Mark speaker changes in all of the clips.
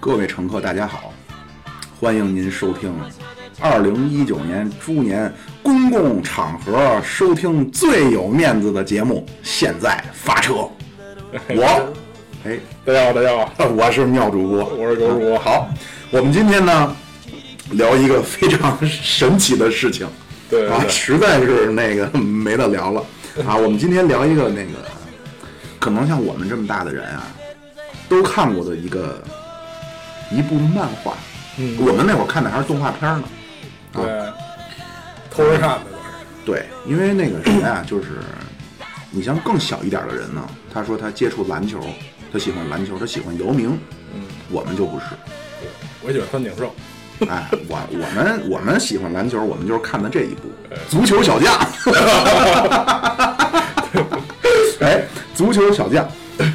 Speaker 1: 各位乘客，大家好，欢迎您收听二零一九年猪年公共场合收听最有面子的节目。现在发车，我，哎，
Speaker 2: 大家好，大家好，
Speaker 1: 啊我是妙主播，啊
Speaker 2: 我是狗主播。
Speaker 1: 好，我们今天呢聊一个非常神奇的事情，
Speaker 2: 对对
Speaker 1: 啊，
Speaker 2: 对，
Speaker 1: 实在是那个没得聊了啊。我们今天聊一个那个，可能像我们这么大的人啊，都看过的一个一部漫画。
Speaker 2: 嗯
Speaker 1: 我们那会儿看的还是动画片呢。啊
Speaker 2: 对，偷着看的都是。
Speaker 1: 对，因为那个谁啊，就是你像更小一点的人呢，他说他接触篮球，他喜欢篮球，他喜欢姚明。
Speaker 2: 嗯，
Speaker 1: 我们就不是，
Speaker 2: 我也喜欢三井寿。
Speaker 1: 哎，我我们我们喜欢篮球，我们就是看的这一部《足球小 将》。哎，《足球小将》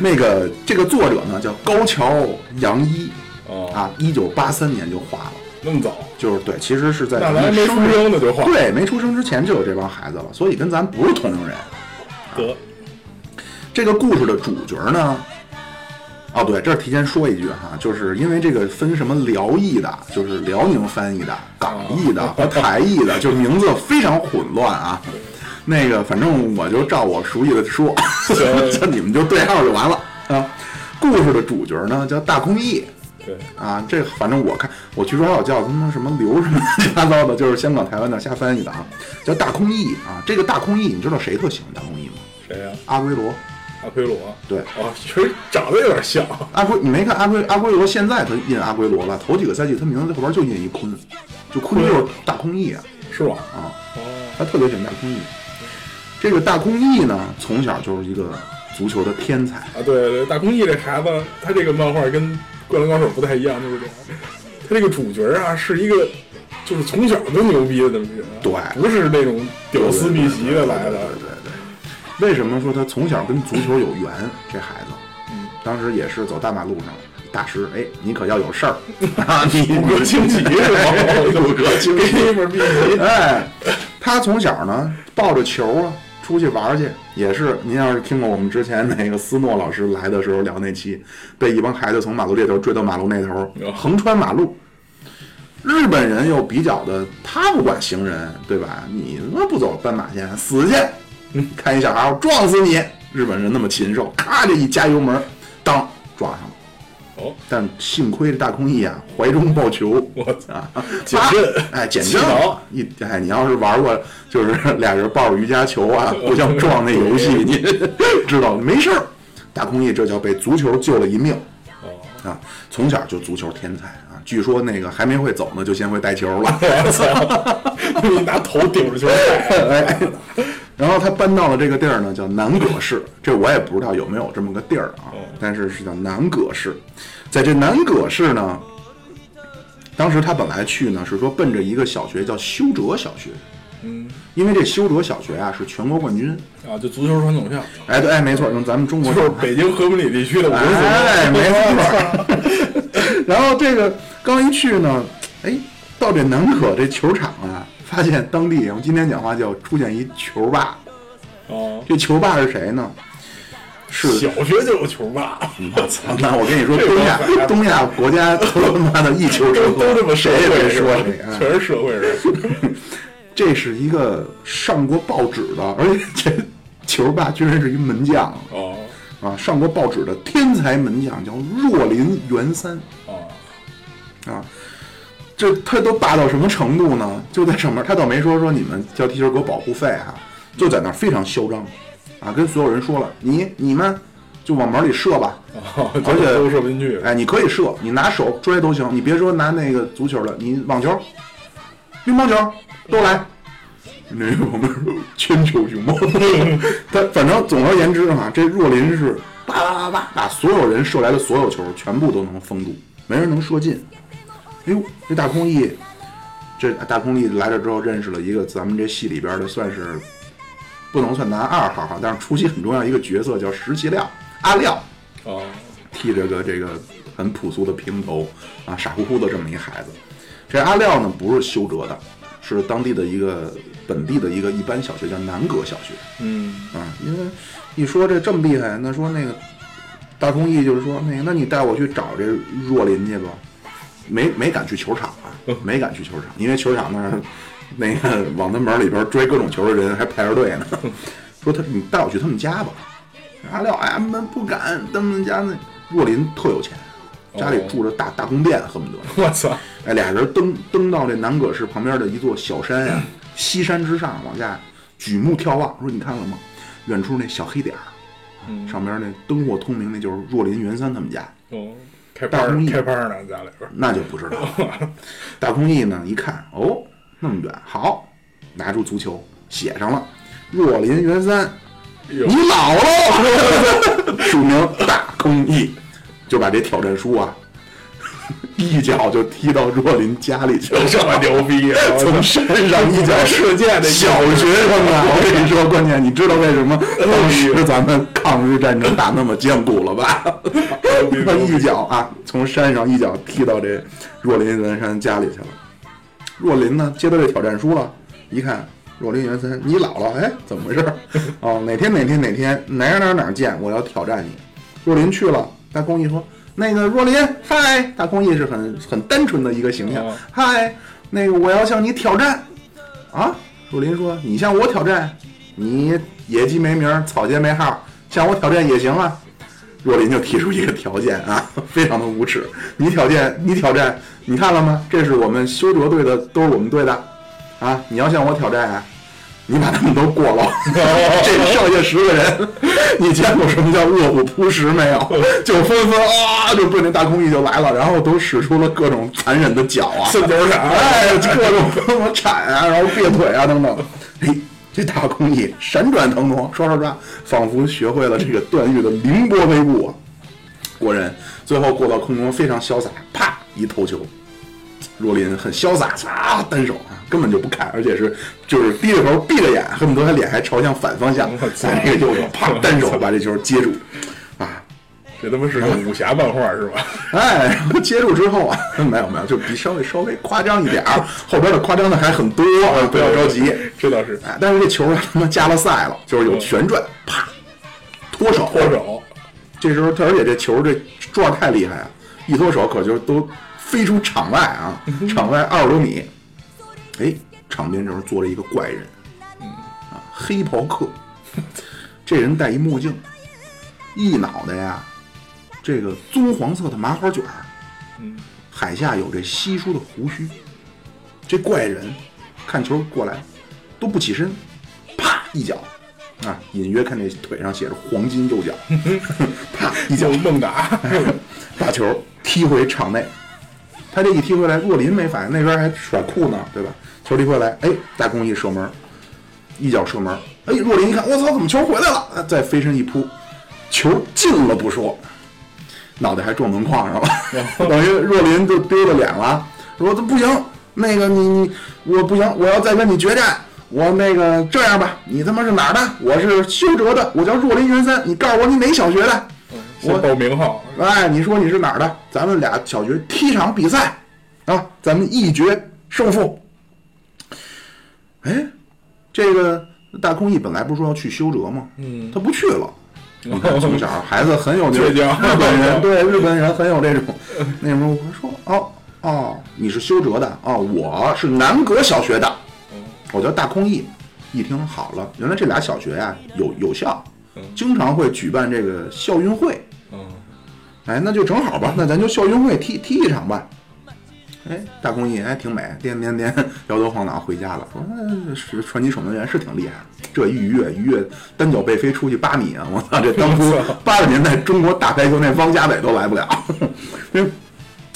Speaker 1: 那个这个作者呢叫高桥洋一
Speaker 2: 哦，
Speaker 1: 啊，一九八三年就画了，
Speaker 2: 那么早，
Speaker 1: 就是对，其实是在
Speaker 2: 那
Speaker 1: 咱
Speaker 2: 咱还
Speaker 1: 们
Speaker 2: 没出
Speaker 1: 生日
Speaker 2: 生呢就画。
Speaker 1: 对没出生之前就有这帮孩子了，所以跟咱不是同龄人。啊
Speaker 2: 得，
Speaker 1: 这个故事的主角呢，哦对，这儿提前说一句哈，就是因为这个分什么辽译的，就是辽宁翻译的、港译的和台译的，就名字非常混乱啊。那个反正我就照我熟悉的说， 就你们就对号就完了啊。故事的主角呢叫大空翼，
Speaker 2: 对，
Speaker 1: 啊，这反正我看，我据说还有叫他妈什么刘什么乱七八糟的，就是香港、台湾的瞎翻译的啊，叫大空翼啊。这个大空翼，你知道谁特喜欢大空翼吗？
Speaker 2: 谁呀？
Speaker 1: 阿圭罗，
Speaker 2: 阿奎罗。
Speaker 1: 对
Speaker 2: 哦，其实长得有点像。
Speaker 1: 阿圭，你没看阿圭阿圭罗现在他印阿圭罗了，头几个赛季他名字后边就印一坤，就坤就是大空翼啊
Speaker 2: 是吧？
Speaker 1: 啊，
Speaker 2: 哦，
Speaker 1: 他特别喜欢大空翼。这个大空翼呢，从小就是一个足球的天才，
Speaker 2: 啊，对对，大空翼这孩子，他这个漫画跟《灌篮高手》不太一样，就是这样。他这个主角啊，是一个就是从小就牛逼的那么一个人，啊
Speaker 1: 对
Speaker 2: 不是那种屌丝逆袭的来
Speaker 1: 对对
Speaker 2: 的。
Speaker 1: 对对对。为什么说他从小跟足球有 缘？这孩子，
Speaker 2: 嗯，
Speaker 1: 当时也是走大马路上，大师，哎，你可要有事儿 啊，你？
Speaker 2: 骨骼清奇是吧
Speaker 1: 骨骼 清
Speaker 2: 给你
Speaker 1: 奇。
Speaker 2: 一本秘 籍。
Speaker 1: 哎，他从小呢抱着球啊出去玩去，也是您要是听过我们之前那个思诺老师来的时候聊那期，被一帮孩子从马路这头追到马路那头
Speaker 2: 哦，
Speaker 1: 横穿马路。日本人又比较的，他不管行人，对吧？你他妈不走斑马线，死去！看一小孩，我撞死你！日本人那么禽兽，咔这一加油门，当撞上了。
Speaker 2: 哦，
Speaker 1: 但幸亏这大空翼啊，怀中抱球，
Speaker 2: 我操！
Speaker 1: 啊，
Speaker 2: 减
Speaker 1: 啪
Speaker 2: 震
Speaker 1: 哎，减
Speaker 2: 祈
Speaker 1: 震
Speaker 2: 祷，
Speaker 1: 一哎，你要是玩过，就是俩人抱着瑜伽球啊，互相撞那游戏，你知道没事儿。大空翼这叫被足球救了一命
Speaker 2: 哦，
Speaker 1: 啊，从小就足球天才啊，据说那个还没会走呢，就先会带球 了。
Speaker 2: 我操！你拿头顶着球带，
Speaker 1: 哎，然后他搬到了这个地儿呢，叫南葛市，这我也不知道有没有这么个地儿啊
Speaker 2: 哦，
Speaker 1: 但是是叫南葛市。在这南葛市呢，当时他本来去呢是说奔着一个小学叫修哲小学，
Speaker 2: 嗯，
Speaker 1: 因为这修哲小学啊是全国冠军。
Speaker 2: 啊，就足球传统校，
Speaker 1: 哎，对，哎，没错，用咱们中国
Speaker 2: 就是北京和平里地区的五十四。
Speaker 1: 哎，没错。 然后这个刚一去呢，哎，到这南葛这球场啊，发现当地我们今天讲话叫出现一球霸。
Speaker 2: 哦，
Speaker 1: 这球霸是谁呢？是
Speaker 2: 小学就有球霸，
Speaker 1: 我操！那我跟你说，
Speaker 2: 这
Speaker 1: 东
Speaker 2: 帮孩
Speaker 1: 亚
Speaker 2: 子
Speaker 1: 东亚国家 都他妈的一球成
Speaker 2: 都
Speaker 1: 功，
Speaker 2: 都这么社
Speaker 1: 谁也
Speaker 2: 会
Speaker 1: 别
Speaker 2: 是
Speaker 1: 说
Speaker 2: 吧
Speaker 1: 谁嗯啊！
Speaker 2: 全是社会人。
Speaker 1: 这是一个上过报纸的，而且这球霸居然是一门将
Speaker 2: 哦，
Speaker 1: 啊，上过报纸的天才门将叫若林元三
Speaker 2: 哦，
Speaker 1: 啊。这他都霸到什么程度呢？就在上面，他倒没说说你们交踢球给我保护费哈、就在那儿非常嚣张，啊，跟所有人说了，你你们就往门里射吧，
Speaker 2: 哦，
Speaker 1: 而且
Speaker 2: 都射不进去。
Speaker 1: 哎，你可以射，你拿手追都行，你别说拿那个足球了，你网球、乒乓球都来。那个我们 说全球熊猫，他反正总而言之啊，这若林是叭叭叭叭把所有人射来的所有球全部都能封住，没人能射进。哎呦，这大空翼，这大空翼来了之后认识了一个咱们这戏里边的算是不能算男二号哈，但是出席很重要一个角色叫石其亮阿亮。
Speaker 2: 哦，
Speaker 1: 剃着个这个很朴素的平头啊，傻乎乎的这么一孩子。这阿廖呢，不是修哲的，是当地的一个本地的一个一般小学，叫南葛小学
Speaker 2: 嗯，
Speaker 1: 啊。因为一说这这么厉害，那说那个大公益就是说那个，那你带我去找这若琳去吧，没没敢去球场啊，没敢去球场，因为球场那儿那个往他门里边追各种球的人还排着队呢，说他你带我去他们家吧，阿廖哎呀们不敢，他们家那若琳特有钱，家里住着大大宫殿，恨不得。
Speaker 2: 我操，
Speaker 1: 哎，俩人登登到这南葛市旁边的一座小山呀、西山之上往下举目眺望，说你看了吗？远处那小黑点儿，上边那灯火通明，那就是若林元三他们家，
Speaker 2: 哦，开
Speaker 1: 大公
Speaker 2: 班
Speaker 1: 益
Speaker 2: 开班呢，家里边儿，
Speaker 1: 那就不知道了。大公益呢一看，哦，那么远，好，拿出足球写上了若林元三，
Speaker 2: 哟
Speaker 1: 你老喽， 署名大公益，就把这挑战书啊。 一脚就踢到若林家里去了，
Speaker 2: 这么牛逼啊！我 操
Speaker 1: 从山上一脚射箭的小学生啊！ 哎我跟你说，关键你知道为什 么当时咱们抗日战争打那么艰苦了 吧？他一脚啊，从山上一脚踢到这若林元山家里去了。若林呢，接到这挑战书了，一看若林元三，你老了，哎，怎么回事？哦，哪天哪天哪天哪儿哪儿哪儿见，我要挑战你。若林去了，大公益说：“那个若林，嗨！”大公益是很很单纯的一个形象
Speaker 2: 哦，
Speaker 1: 嗨，那个我要向你挑战。啊，若林说：“你向我挑战，你野鸡没名儿，草鞋没号儿，向我挑战也行啊。”若琳就提出一个条件啊， 非常的无耻。你挑战，你挑战，你看了吗？这是我们修哲队的，都是我们队的，啊，你要向我挑战啊，你把他们都过了，这剩下十个人，你见过什么叫饿虎扑食没有？就纷纷啊，就奔那大空翼就来了，然后都使出了各种残忍的脚啊，
Speaker 2: 顺流铲
Speaker 1: 哎，各种什么铲啊，然后别腿啊等等。哎，这大公益闪转腾挪，刷刷刷，仿佛学会了这个段誉的凌波微步啊。果然，最后过到空中非常潇洒，啪一头球，若琳很潇洒，啊，单手啊，根本就不看，而且是就是低着头，闭着眼，恨不得他脸还朝向反方向
Speaker 2: 我，操
Speaker 1: 在这个右手啪单手把这球接住，啊，
Speaker 2: 这他妈是个武侠漫画是吧？
Speaker 1: 哎，然后接住之后啊， 没有没有，就比稍微稍微夸张一点儿，后边的夸张的还很多，啊，不要着急。
Speaker 2: 这倒是
Speaker 1: 哎，但是这球啊他妈加了赛了，就是有旋转，啪，脱手，
Speaker 2: 脱手，
Speaker 1: 这时候，他而且这球这撞太厉害啊，一脱手可就都飞出场外啊，场外二十多米。哎，场边这时候坐着一个怪人，啊，黑袍客，这人戴一墨镜，一脑袋呀，这个棕黄色的麻花卷儿，海下有这稀疏的胡须。这怪人看球过来都不起身，啪一脚，啊，隐约看这腿上写着黄金右脚， 啪一脚
Speaker 2: 梦梦达，
Speaker 1: 把球踢回场内。他这一踢回来，若林没反应，那边还甩裤呢，对吧？球踢回来，哎，大公益射门，一脚射门，哎，若林一看，我操，怎么球回来了？啊再飞身一扑，球进了不说，脑袋还撞门框上了，等于若林就丢了脸了，说这不行，那个你你我不行，我要再跟你决战。我那个这样吧，你他妈是哪儿的？我是修哲的，我叫若林元三。你告诉我你哪小学的？
Speaker 2: 先报名号，
Speaker 1: 哎，你说你是哪儿的？咱们俩小学踢场比赛啊，咱们一决胜负。哎，这个大空翼本来不是说要去修哲吗？嗯，他不去了。你看，从小孩子很有这
Speaker 2: 倔强
Speaker 1: 日本人对日本人很有这种那什么。我说哦哦，你是修哲的哦，我是南葛小学的，我叫大空翼。一听好了，原来这俩小学呀、有有校，经常会举办这个校运会。
Speaker 2: 嗯，
Speaker 1: 哎，那就正好吧，那咱就校运会踢踢一场吧。哎，大公益哎挺美，颠颠颠，摇头晃脑回家了。说、哎、是传奇守门员是挺厉害的，这一跃一跃单脚背飞出去八米啊！我操，这当初八十年代中国打排球那汪家伟都来不了。 这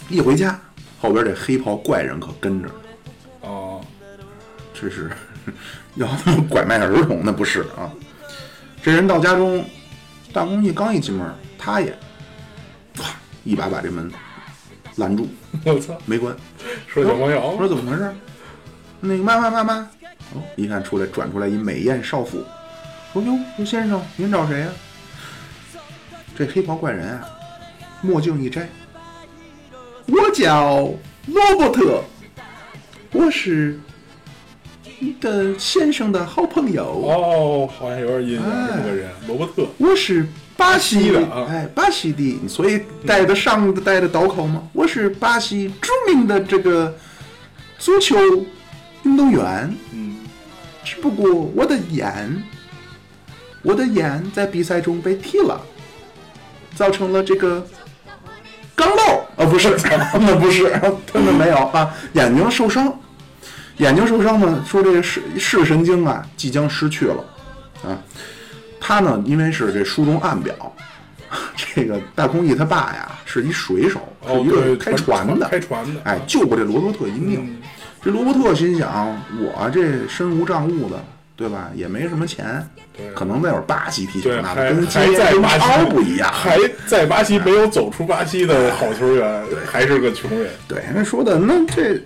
Speaker 1: 一回家，后边这黑袍怪人可跟着呢，
Speaker 2: 哦，
Speaker 1: 这是 要他妈拐卖儿童那不是啊？这人到家中，大公益刚一进门，他也啪一把把这门拦住，
Speaker 2: 我操，
Speaker 1: 没关。
Speaker 2: 说小朋
Speaker 1: 我
Speaker 2: 友
Speaker 1: 说怎么回事？那个妈妈妈妈，哦，一看出来转出来一美艳少妇，说哟，说先生您找谁呀、这黑袍怪人啊，墨镜一摘，我叫罗伯特，我是你的先生的好朋友，哎
Speaker 2: 哦，好像有点印象，这么个人，罗伯特，
Speaker 1: 我是巴西
Speaker 2: 西的啊
Speaker 1: 哎，巴西的，所以带得上带得倒口吗？我是巴西著名的这个足球运动员，
Speaker 2: 嗯，
Speaker 1: 只不过我的眼，我的眼在比赛中被踢了，造成了这个肛瘘啊，不是， 那不是，真的没有啊，眼睛受伤，眼睛受伤呢，说这个视视神经啊即将失去了，啊，他呢因为是这书中暗表，这个大空翼他爸呀是一水手，是
Speaker 2: 哦
Speaker 1: 一个
Speaker 2: 对，
Speaker 1: 开船的，
Speaker 2: 开船的，
Speaker 1: 哎，救过这罗伯特一命。
Speaker 2: 嗯
Speaker 1: 这罗伯特心想，我啊这身无障物的，对吧？也没什么钱，
Speaker 2: 对
Speaker 1: 可能那会儿巴西踢球
Speaker 2: 对，
Speaker 1: 呢，
Speaker 2: 还
Speaker 1: 啊跟今
Speaker 2: 还
Speaker 1: 天
Speaker 2: 在
Speaker 1: 中
Speaker 2: 巴
Speaker 1: 超
Speaker 2: 西
Speaker 1: 不一样。哎
Speaker 2: 还在巴西没有走出巴西的好球员，还是个穷人。
Speaker 1: 对，人家说的那这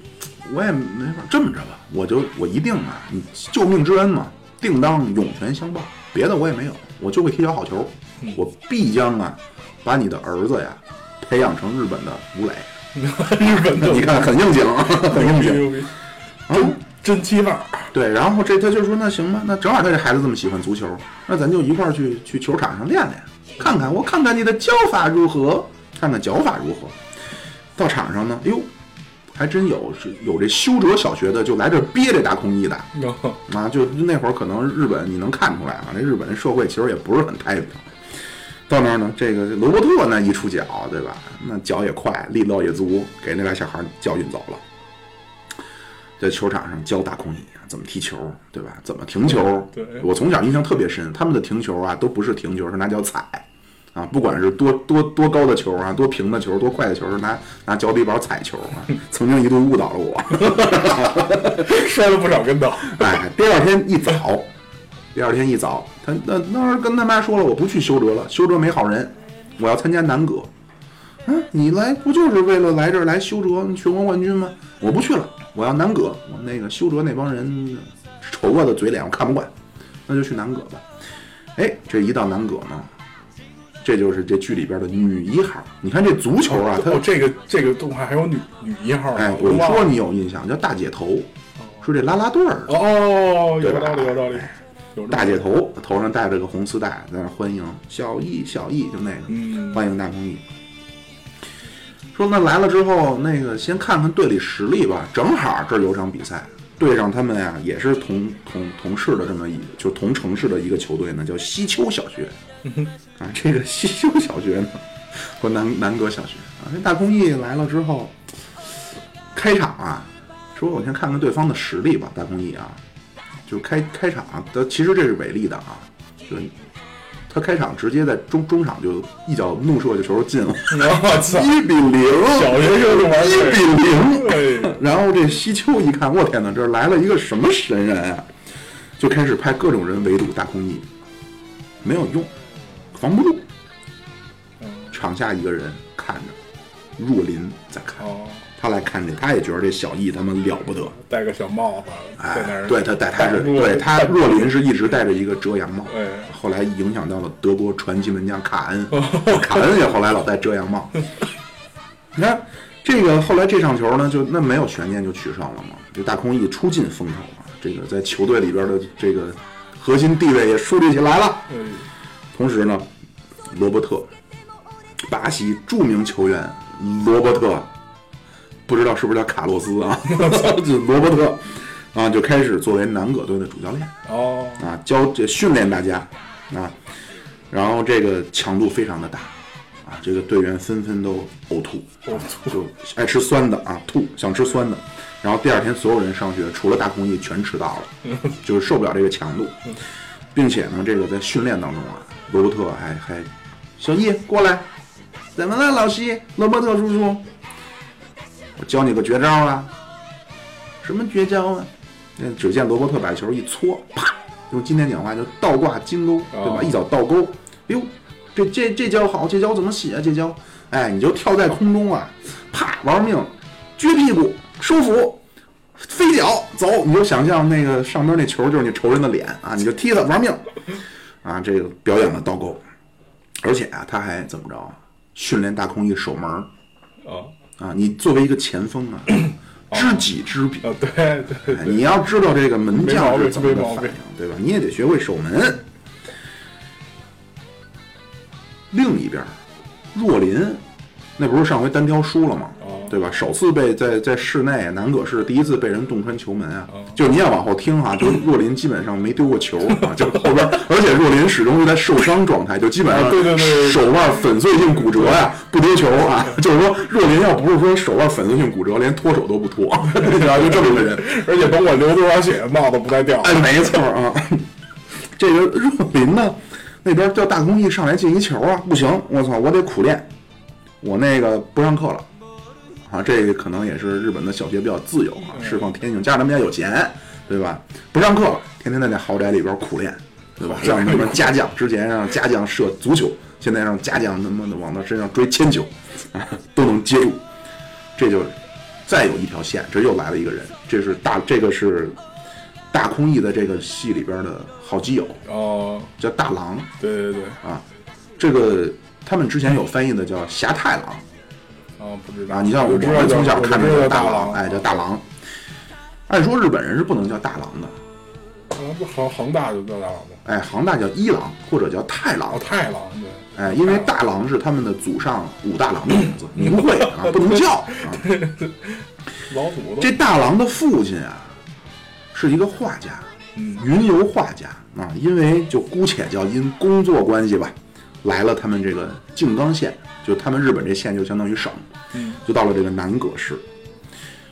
Speaker 1: 我也没法这么着吧，我就我一定啊，你救命之恩嘛，定当涌泉相报，别的我也没有，我就会踢脚好球，我必将啊把你的儿子呀培养成日本的吴磊。
Speaker 2: 日本的
Speaker 1: 你看很应景，啊很应
Speaker 2: 牛逼
Speaker 1: 景
Speaker 2: 牛逼，
Speaker 1: 啊。
Speaker 2: 真七号，
Speaker 1: 对，然后这他就说那行吧，那正好他这孩子这么喜欢足球，那咱就一块儿去去球场上练练，看看我看看你的教法如何，看看脚法如何。到场上呢，哎呦，还真有是有这修哲小学的就来这儿憋这大空翼的
Speaker 2: 哦
Speaker 1: 啊，就那会儿可能日本你能看出来啊，这日本社会其实也不是很太平。到那儿呢，这个罗伯特呢一出脚，对吧？那脚也快，力道也足，给那俩小孩教训走了。在球场上教大空翼怎么踢球，对吧？怎么停球？
Speaker 2: 对
Speaker 1: 我从小印象特别深，他们的停球啊都不是停球，是拿脚踩啊，不管是多多多高的球啊，多平的球，多快的球，是拿拿脚底板踩球啊。曾经一度误导了我。
Speaker 2: 摔了不少跟头。
Speaker 1: 哎，第二天一早，第二天一早，他那那儿跟他妈说了，我不去修哲了，修哲没好人，我要参加南葛。嗯，你来不就是为了来这儿来修哲全国冠军吗？我不去了，我要南葛。我那个修哲那帮人丑恶的嘴脸，我看不惯，那就去南葛吧。哎，这一到南葛呢，这就是这剧里边的女一号。你看这足球啊，它
Speaker 2: 哦，这个这个动画还有女女一号呢，
Speaker 1: 哎，
Speaker 2: 都
Speaker 1: 我
Speaker 2: 忘
Speaker 1: 说
Speaker 2: 了
Speaker 1: 你有印象，叫大姐头，是这拉拉队儿。
Speaker 2: 哦，
Speaker 1: 对
Speaker 2: 有
Speaker 1: 吧
Speaker 2: 道理有道理，有
Speaker 1: 大姐
Speaker 2: 姐，
Speaker 1: 头头上戴着个红丝带，在那儿欢迎小易，小易就那个、
Speaker 2: 嗯，
Speaker 1: 欢迎大公益。说那来了之后，那个先看看队里实力吧，正好这儿有场比赛，对上他们呀、也是同同同市的这么一就同城市的一个球队呢，叫西丘小学。
Speaker 2: 嗯
Speaker 1: 啊，这个西丘小学呢，和南南阁小学啊，这大公益来了之后，开场啊，说我先看看对方的实力吧，大公益啊，就开开场啊，他其实这是违例的啊，就他开场直接在中中场就一脚怒射就球进了，
Speaker 2: 我操，
Speaker 1: 一比零，
Speaker 2: 小学生就玩
Speaker 1: 一
Speaker 2: 这
Speaker 1: 比零。
Speaker 2: 个，哎，
Speaker 1: 然后这西丘一看，我天哪，这来了一个什么神人啊！就开始派各种人围堵大空翼，没有用，防不住。场下一个人看着，若林在看，
Speaker 2: 哦，
Speaker 1: 他来看这，他也觉得这小易他妈了不得，
Speaker 2: 戴个小帽子，在那
Speaker 1: 哎，
Speaker 2: 儿，
Speaker 1: 对他戴他是对他若林是一直戴着一个遮阳帽，
Speaker 2: 哎哦
Speaker 1: 后来影响到了德国传奇门将卡恩，卡恩也后来老戴遮阳帽。你看这个后来这场球呢，就那没有悬念就取胜了嘛，这大空翼出尽风头啊，这个在球队里边的这个核心地位也树立起来了。
Speaker 2: 哎，
Speaker 1: 同时呢，罗伯特，巴西著名球员罗伯特，不知道是不是叫卡洛斯啊， 就罗伯特啊，就开始作为南葛队的主教练
Speaker 2: 哦，
Speaker 1: 啊，教这训练大家啊，然后这个强度非常的大啊，这个队员纷纷都呕吐，
Speaker 2: 呕
Speaker 1: 吐就爱吃酸的啊，吐想吃酸的，然后第二天所有人上学除了大空翼全迟到了，就是受不了这个强度，并且呢，这个在训练当中啊，罗伯特还还小易过来，怎么了，老西？罗伯特叔叔，我教你个绝招啊！什么绝招啊？那只见罗伯特把球一搓，啪，用今天讲话就倒挂金钩，对吧？
Speaker 2: 哦
Speaker 1: 一脚倒钩，哎呦，这这这脚好，这脚怎么写啊？这脚，哎，你就跳在空中啊，啪，玩命，撅屁股，收腹。飞脚走，你就想象那个上边那球就是你仇人的脸啊，你就踢他玩命啊！这个表演了倒钩，而且啊，他还怎么着啊？训练大空翼守门儿
Speaker 2: 哦，
Speaker 1: 啊！你作为一个前锋啊，知己知彼，
Speaker 2: 啊，对对
Speaker 1: 哎
Speaker 2: 对，
Speaker 1: 你要知道这个门将是怎么
Speaker 2: 没
Speaker 1: 个
Speaker 2: 毛病
Speaker 1: 反应，对吧？你也得学会守门。另一边儿，若林，那不是上回单挑输了吗？
Speaker 2: 哦
Speaker 1: 对吧？首次被在在室内南葛市第一次被人洞穿球门啊
Speaker 2: 哦！
Speaker 1: 就是你要往后听 哈、就是若林基本上没丢过球啊， 就后边儿，而且若林始终是在受伤状态，就基本上
Speaker 2: 啊对对对对
Speaker 1: 手腕粉碎性骨折呀、不丢球啊。 就是说若林要不是说手腕粉碎性骨折，连脱手都不脱， 然后就这么一个 人。
Speaker 2: 而且甭管流多少血，帽子不带掉。
Speaker 1: 哎，没错儿啊。 这个若林呢，那边叫大公益上来进一球啊，不行，我操，我得苦练，我那个不上课了。啊，这个可能也是日本的小学比较自由啊，释放天性，加上他们家有钱，对吧？不上课了，天天在那豪宅里边苦练，对 吧？让他们家将之前让家将射足球，现在让家将他妈的往他身上追铅球，啊，都能接住。这就再有一条线，这又来了一个人，这是大这个是大空翼的这个戏里边的好基友，
Speaker 2: 哦，
Speaker 1: 叫大郎
Speaker 2: 对对对，
Speaker 1: 啊。这个他们之前有翻译的叫侠太郎
Speaker 2: 啊，不知道
Speaker 1: 啊。你像我
Speaker 2: 我知道
Speaker 1: 们
Speaker 2: 叫
Speaker 1: 从小看的
Speaker 2: 我知
Speaker 1: 叫
Speaker 2: 道
Speaker 1: 大
Speaker 2: 郎，
Speaker 1: 郎，哎，叫大郎。按说日本人是不能叫大郎的，
Speaker 2: 可能啊不恒恒大就叫大郎吗？
Speaker 1: 哎，行大叫一郎或者叫太郎
Speaker 2: 哦，，太郎对，
Speaker 1: 哎，因为大郎是他们的祖上武大郎的名字，名讳啊，不能叫啊。
Speaker 2: 老祖宗
Speaker 1: 这大郎的父亲啊，是一个画家，
Speaker 2: 嗯
Speaker 1: 云游画家啊，因为就姑且叫因工作关系吧，来了他们这个静冈县，就他们日本这县就相当于省，
Speaker 2: 嗯
Speaker 1: 就到了这个南葛市。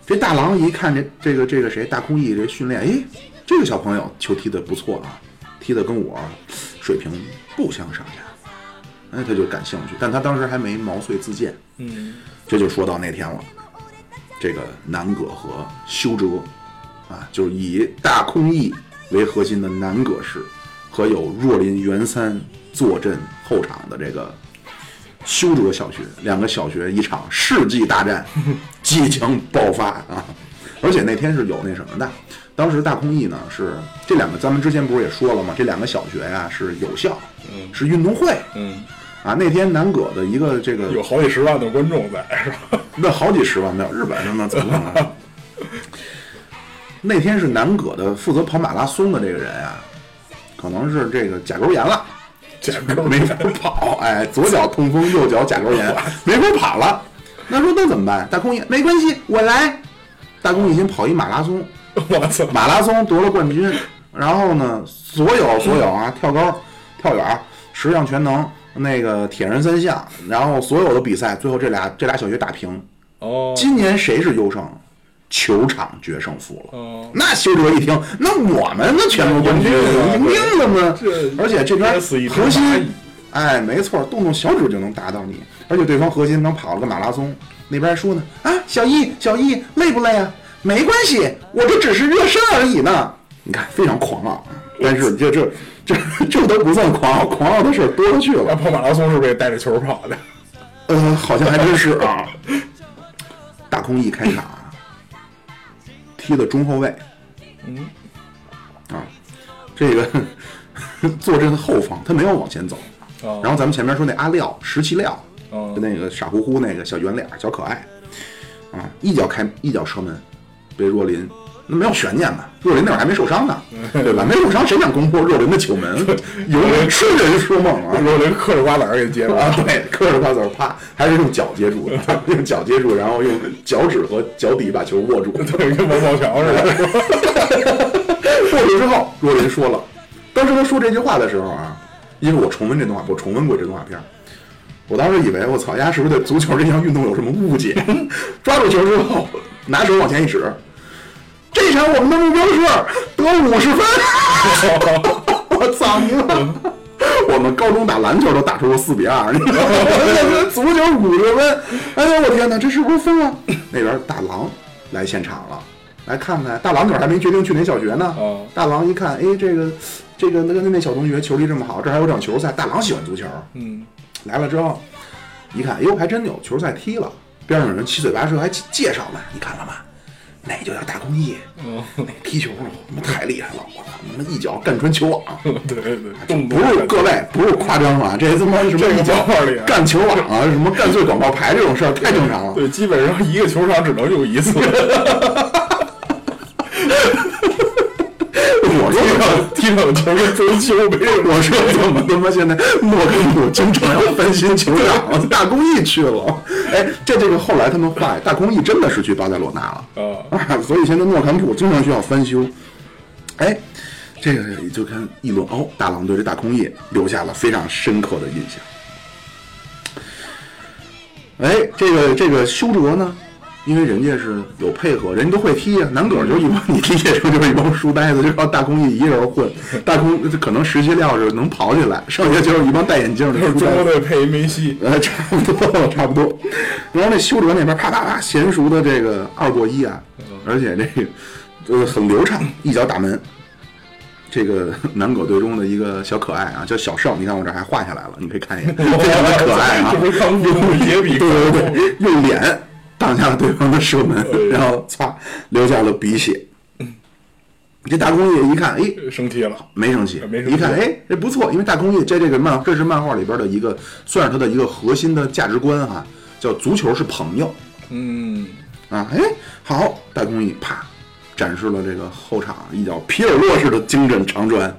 Speaker 1: 这大郎一看这这个这个谁大空翼这训练，哎，这个小朋友球踢得不错啊，踢得跟我水平不相上下，哎，他就感兴趣，但他当时还没毛遂自荐，
Speaker 2: 嗯
Speaker 1: 这就说到那天了，这个南葛和修哲，啊，就是以大空翼为核心的南葛市，和有若林元三坐镇后场的这个修哲小学，两个小学一场世纪大 战即将爆发啊！而且那天是有那什么的，当时大空翼呢是这两个，咱们之前不是也说了吗？这两个小学呀、是有校，
Speaker 2: 嗯
Speaker 1: 是运动会
Speaker 2: 嗯，
Speaker 1: 啊。那天南葛的一个这个
Speaker 2: 有好几十万的观众在是吧？
Speaker 1: 那好几十万票，日本他妈怎么可能？那天是南葛的负责跑马拉松的这个人啊，可能是这个甲沟炎了，
Speaker 2: 简直
Speaker 1: 没法跑，哎，左脚痛风，右脚甲沟炎，没法跑了。那说那怎么办？大空翼没关系，我来。大空翼先跑一马拉松，
Speaker 2: 我操！
Speaker 1: 马拉松夺了冠军，然后呢，所有所有啊，跳高、跳远、十项全能，那个铁人三项，然后所有的比赛，最后这俩这俩小学打平，
Speaker 2: 哦
Speaker 1: 今年谁是优胜？球场决胜负了。
Speaker 2: 哦，
Speaker 1: 那修哲一听，那我们那全国冠军
Speaker 2: 那
Speaker 1: 赢
Speaker 2: 赢定
Speaker 1: 定了吗
Speaker 2: 这？
Speaker 1: 而且这边
Speaker 2: 憋死一只
Speaker 1: 核
Speaker 2: 蚂
Speaker 1: 心
Speaker 2: 蚁，
Speaker 1: 哎，没错，动动小指就能打倒你。而且对方核心能跑了个马拉松，那边还说呢，啊，小易，小易累不累啊？没关系，我这只是热身而已呢。你看，非常狂傲，但是这这这这都不算狂傲，狂傲的事儿多了去了
Speaker 2: 那。跑马拉松是不是也带着球跑的？
Speaker 1: 呃，好像还真是啊。大空翼开场啊踢的中后卫，
Speaker 2: 嗯，
Speaker 1: 啊，这个坐镇后方，他没有往前走。
Speaker 2: 哦
Speaker 1: 然后咱们前面说那阿廖，十七廖，
Speaker 2: 哦
Speaker 1: 就那个傻乎乎那个小圆脸儿，小可爱，啊，一脚开一脚射门，被若林。那没有悬念吧？若林那会儿还没受伤呢，对吧？没受伤，谁想攻破若林的球门？有人痴人说梦啊！
Speaker 2: 罗琳嗑着瓜子儿给接了。
Speaker 1: 啊，对，磕着瓜子儿啪，还是用脚接住的， 用脚接住，然后用脚趾和脚底把球握住。
Speaker 2: 对，跟王宝强似的。
Speaker 1: 握住之后，若琳说了，当时他说这句话的时候啊，因为我重温这动画，我重温过这动画片儿，我当时以为我操，丫是不是对足球这项运动有什么误解？ 抓住球之后，拿手往前一指，这场我们的目标是得五十分。 我操你妈！ 我们高中打篮球都打出过四比二，你知道 吗？足球五十分，哎呦我天哪，这是不是疯了？那边大郎来现场了，来看看。大郎那会儿还没决定去哪小学呢。
Speaker 2: 哦
Speaker 1: 大郎一看，哎，这个这个那个那小同学球力这么好，这还有场球赛。大郎喜欢足球，
Speaker 2: 嗯，
Speaker 1: 来了之后一看，哎呦还真有球赛踢了。边上有人七嘴八舌还介绍呢，你看了吗？那就叫大公益，
Speaker 2: 哦，
Speaker 1: 踢球了，他妈太厉害了！我操，他妈一脚干穿球网。
Speaker 2: 对对，动
Speaker 1: 不是各位，不是夸张啊，这他妈什么
Speaker 2: 这个
Speaker 1: 一脚
Speaker 2: 漫画里啊
Speaker 1: 干球网啊，什么干碎广告牌这种事儿太正常了。
Speaker 2: 对，基本上一个球场只能用一次。
Speaker 1: 我说
Speaker 2: 踢
Speaker 1: 怎么
Speaker 2: 上踢上球跟足球没有
Speaker 1: 我说怎么他妈现在诺根普经常要翻新酋长了，大公益去了。哎，这这个后来他们坏，大公益真的是去巴塞罗那了
Speaker 2: 啊
Speaker 1: 啊，所以现在诺坎普经常需要翻修。哎，这个也就看议论哦，大狼对这大公益留下了非常深刻的印象。哎，这个这个修哲呢，因为人家是有配合，人家都会踢啊，南葛就一帮你理解成就是一帮书呆子，就靠大公益一个人混，大公可能实习料是能跑起来，剩下就是一帮戴眼镜的
Speaker 2: 就是
Speaker 1: 书
Speaker 2: 中
Speaker 1: 呆
Speaker 2: 国
Speaker 1: 子。
Speaker 2: 队配一梅西，
Speaker 1: 呃， 差不多了，差不多。然后那修哲那边啪啪啪，娴熟的这个二过一啊，
Speaker 2: 嗯
Speaker 1: 而且这个呃很流畅，一脚打门。这个 南葛队中的一个小可爱啊，叫小胜，你看我这还画下来了，你可以看一眼，非常的可爱啊
Speaker 2: 这。不是康复也比康
Speaker 1: 对
Speaker 2: 复
Speaker 1: 对对，用脸挡下了对方的射门，然后擦留下了鼻血。这大公爷一看，哎，
Speaker 2: 生气了，
Speaker 1: 没生气，
Speaker 2: 呃没生气
Speaker 1: 一看，哎，这不错，因为大公益在这个漫，这是漫画里边的一个，算是他的一个核心的价值观哈、叫足球是朋友
Speaker 2: 嗯，
Speaker 1: 啊。哎，好，大公益啪展示了这个后场一脚皮尔洛式的精准长 传，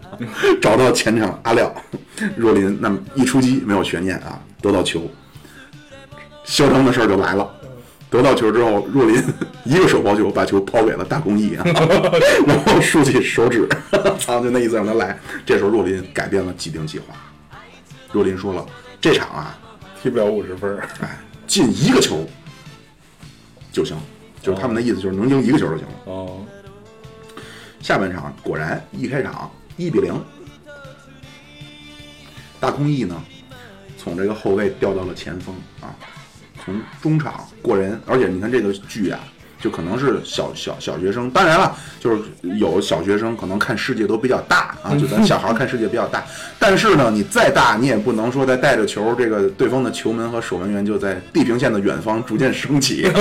Speaker 1: 找到前场阿廖若林，那么一出击没有悬念啊，得到球，嚣张的事儿就来了。得到球之后，若林 一个手抛球把球抛给了大公益啊， 然后竖起手指， 操，就那意思让他来。这时候若林改变了既定计划，若林说了：“这场啊，
Speaker 2: 踢不了五十分儿，
Speaker 1: 哎，进一个球就行，就是他们的意思就是能赢一个球就行了。
Speaker 2: 哦，
Speaker 1: 下半场果然一开场一比零，大空翼呢从这个后卫调到了前锋啊，从中场过人，而且你看这个剧啊，就可能是小小小学生，当然了，就是有小学生可能看世界都比较大啊，就咱小孩看世界比较大，但是呢，你再大你也不能说再带着球，这个对方的球门和守门员就在地平线的远方逐渐升起。
Speaker 2: 对对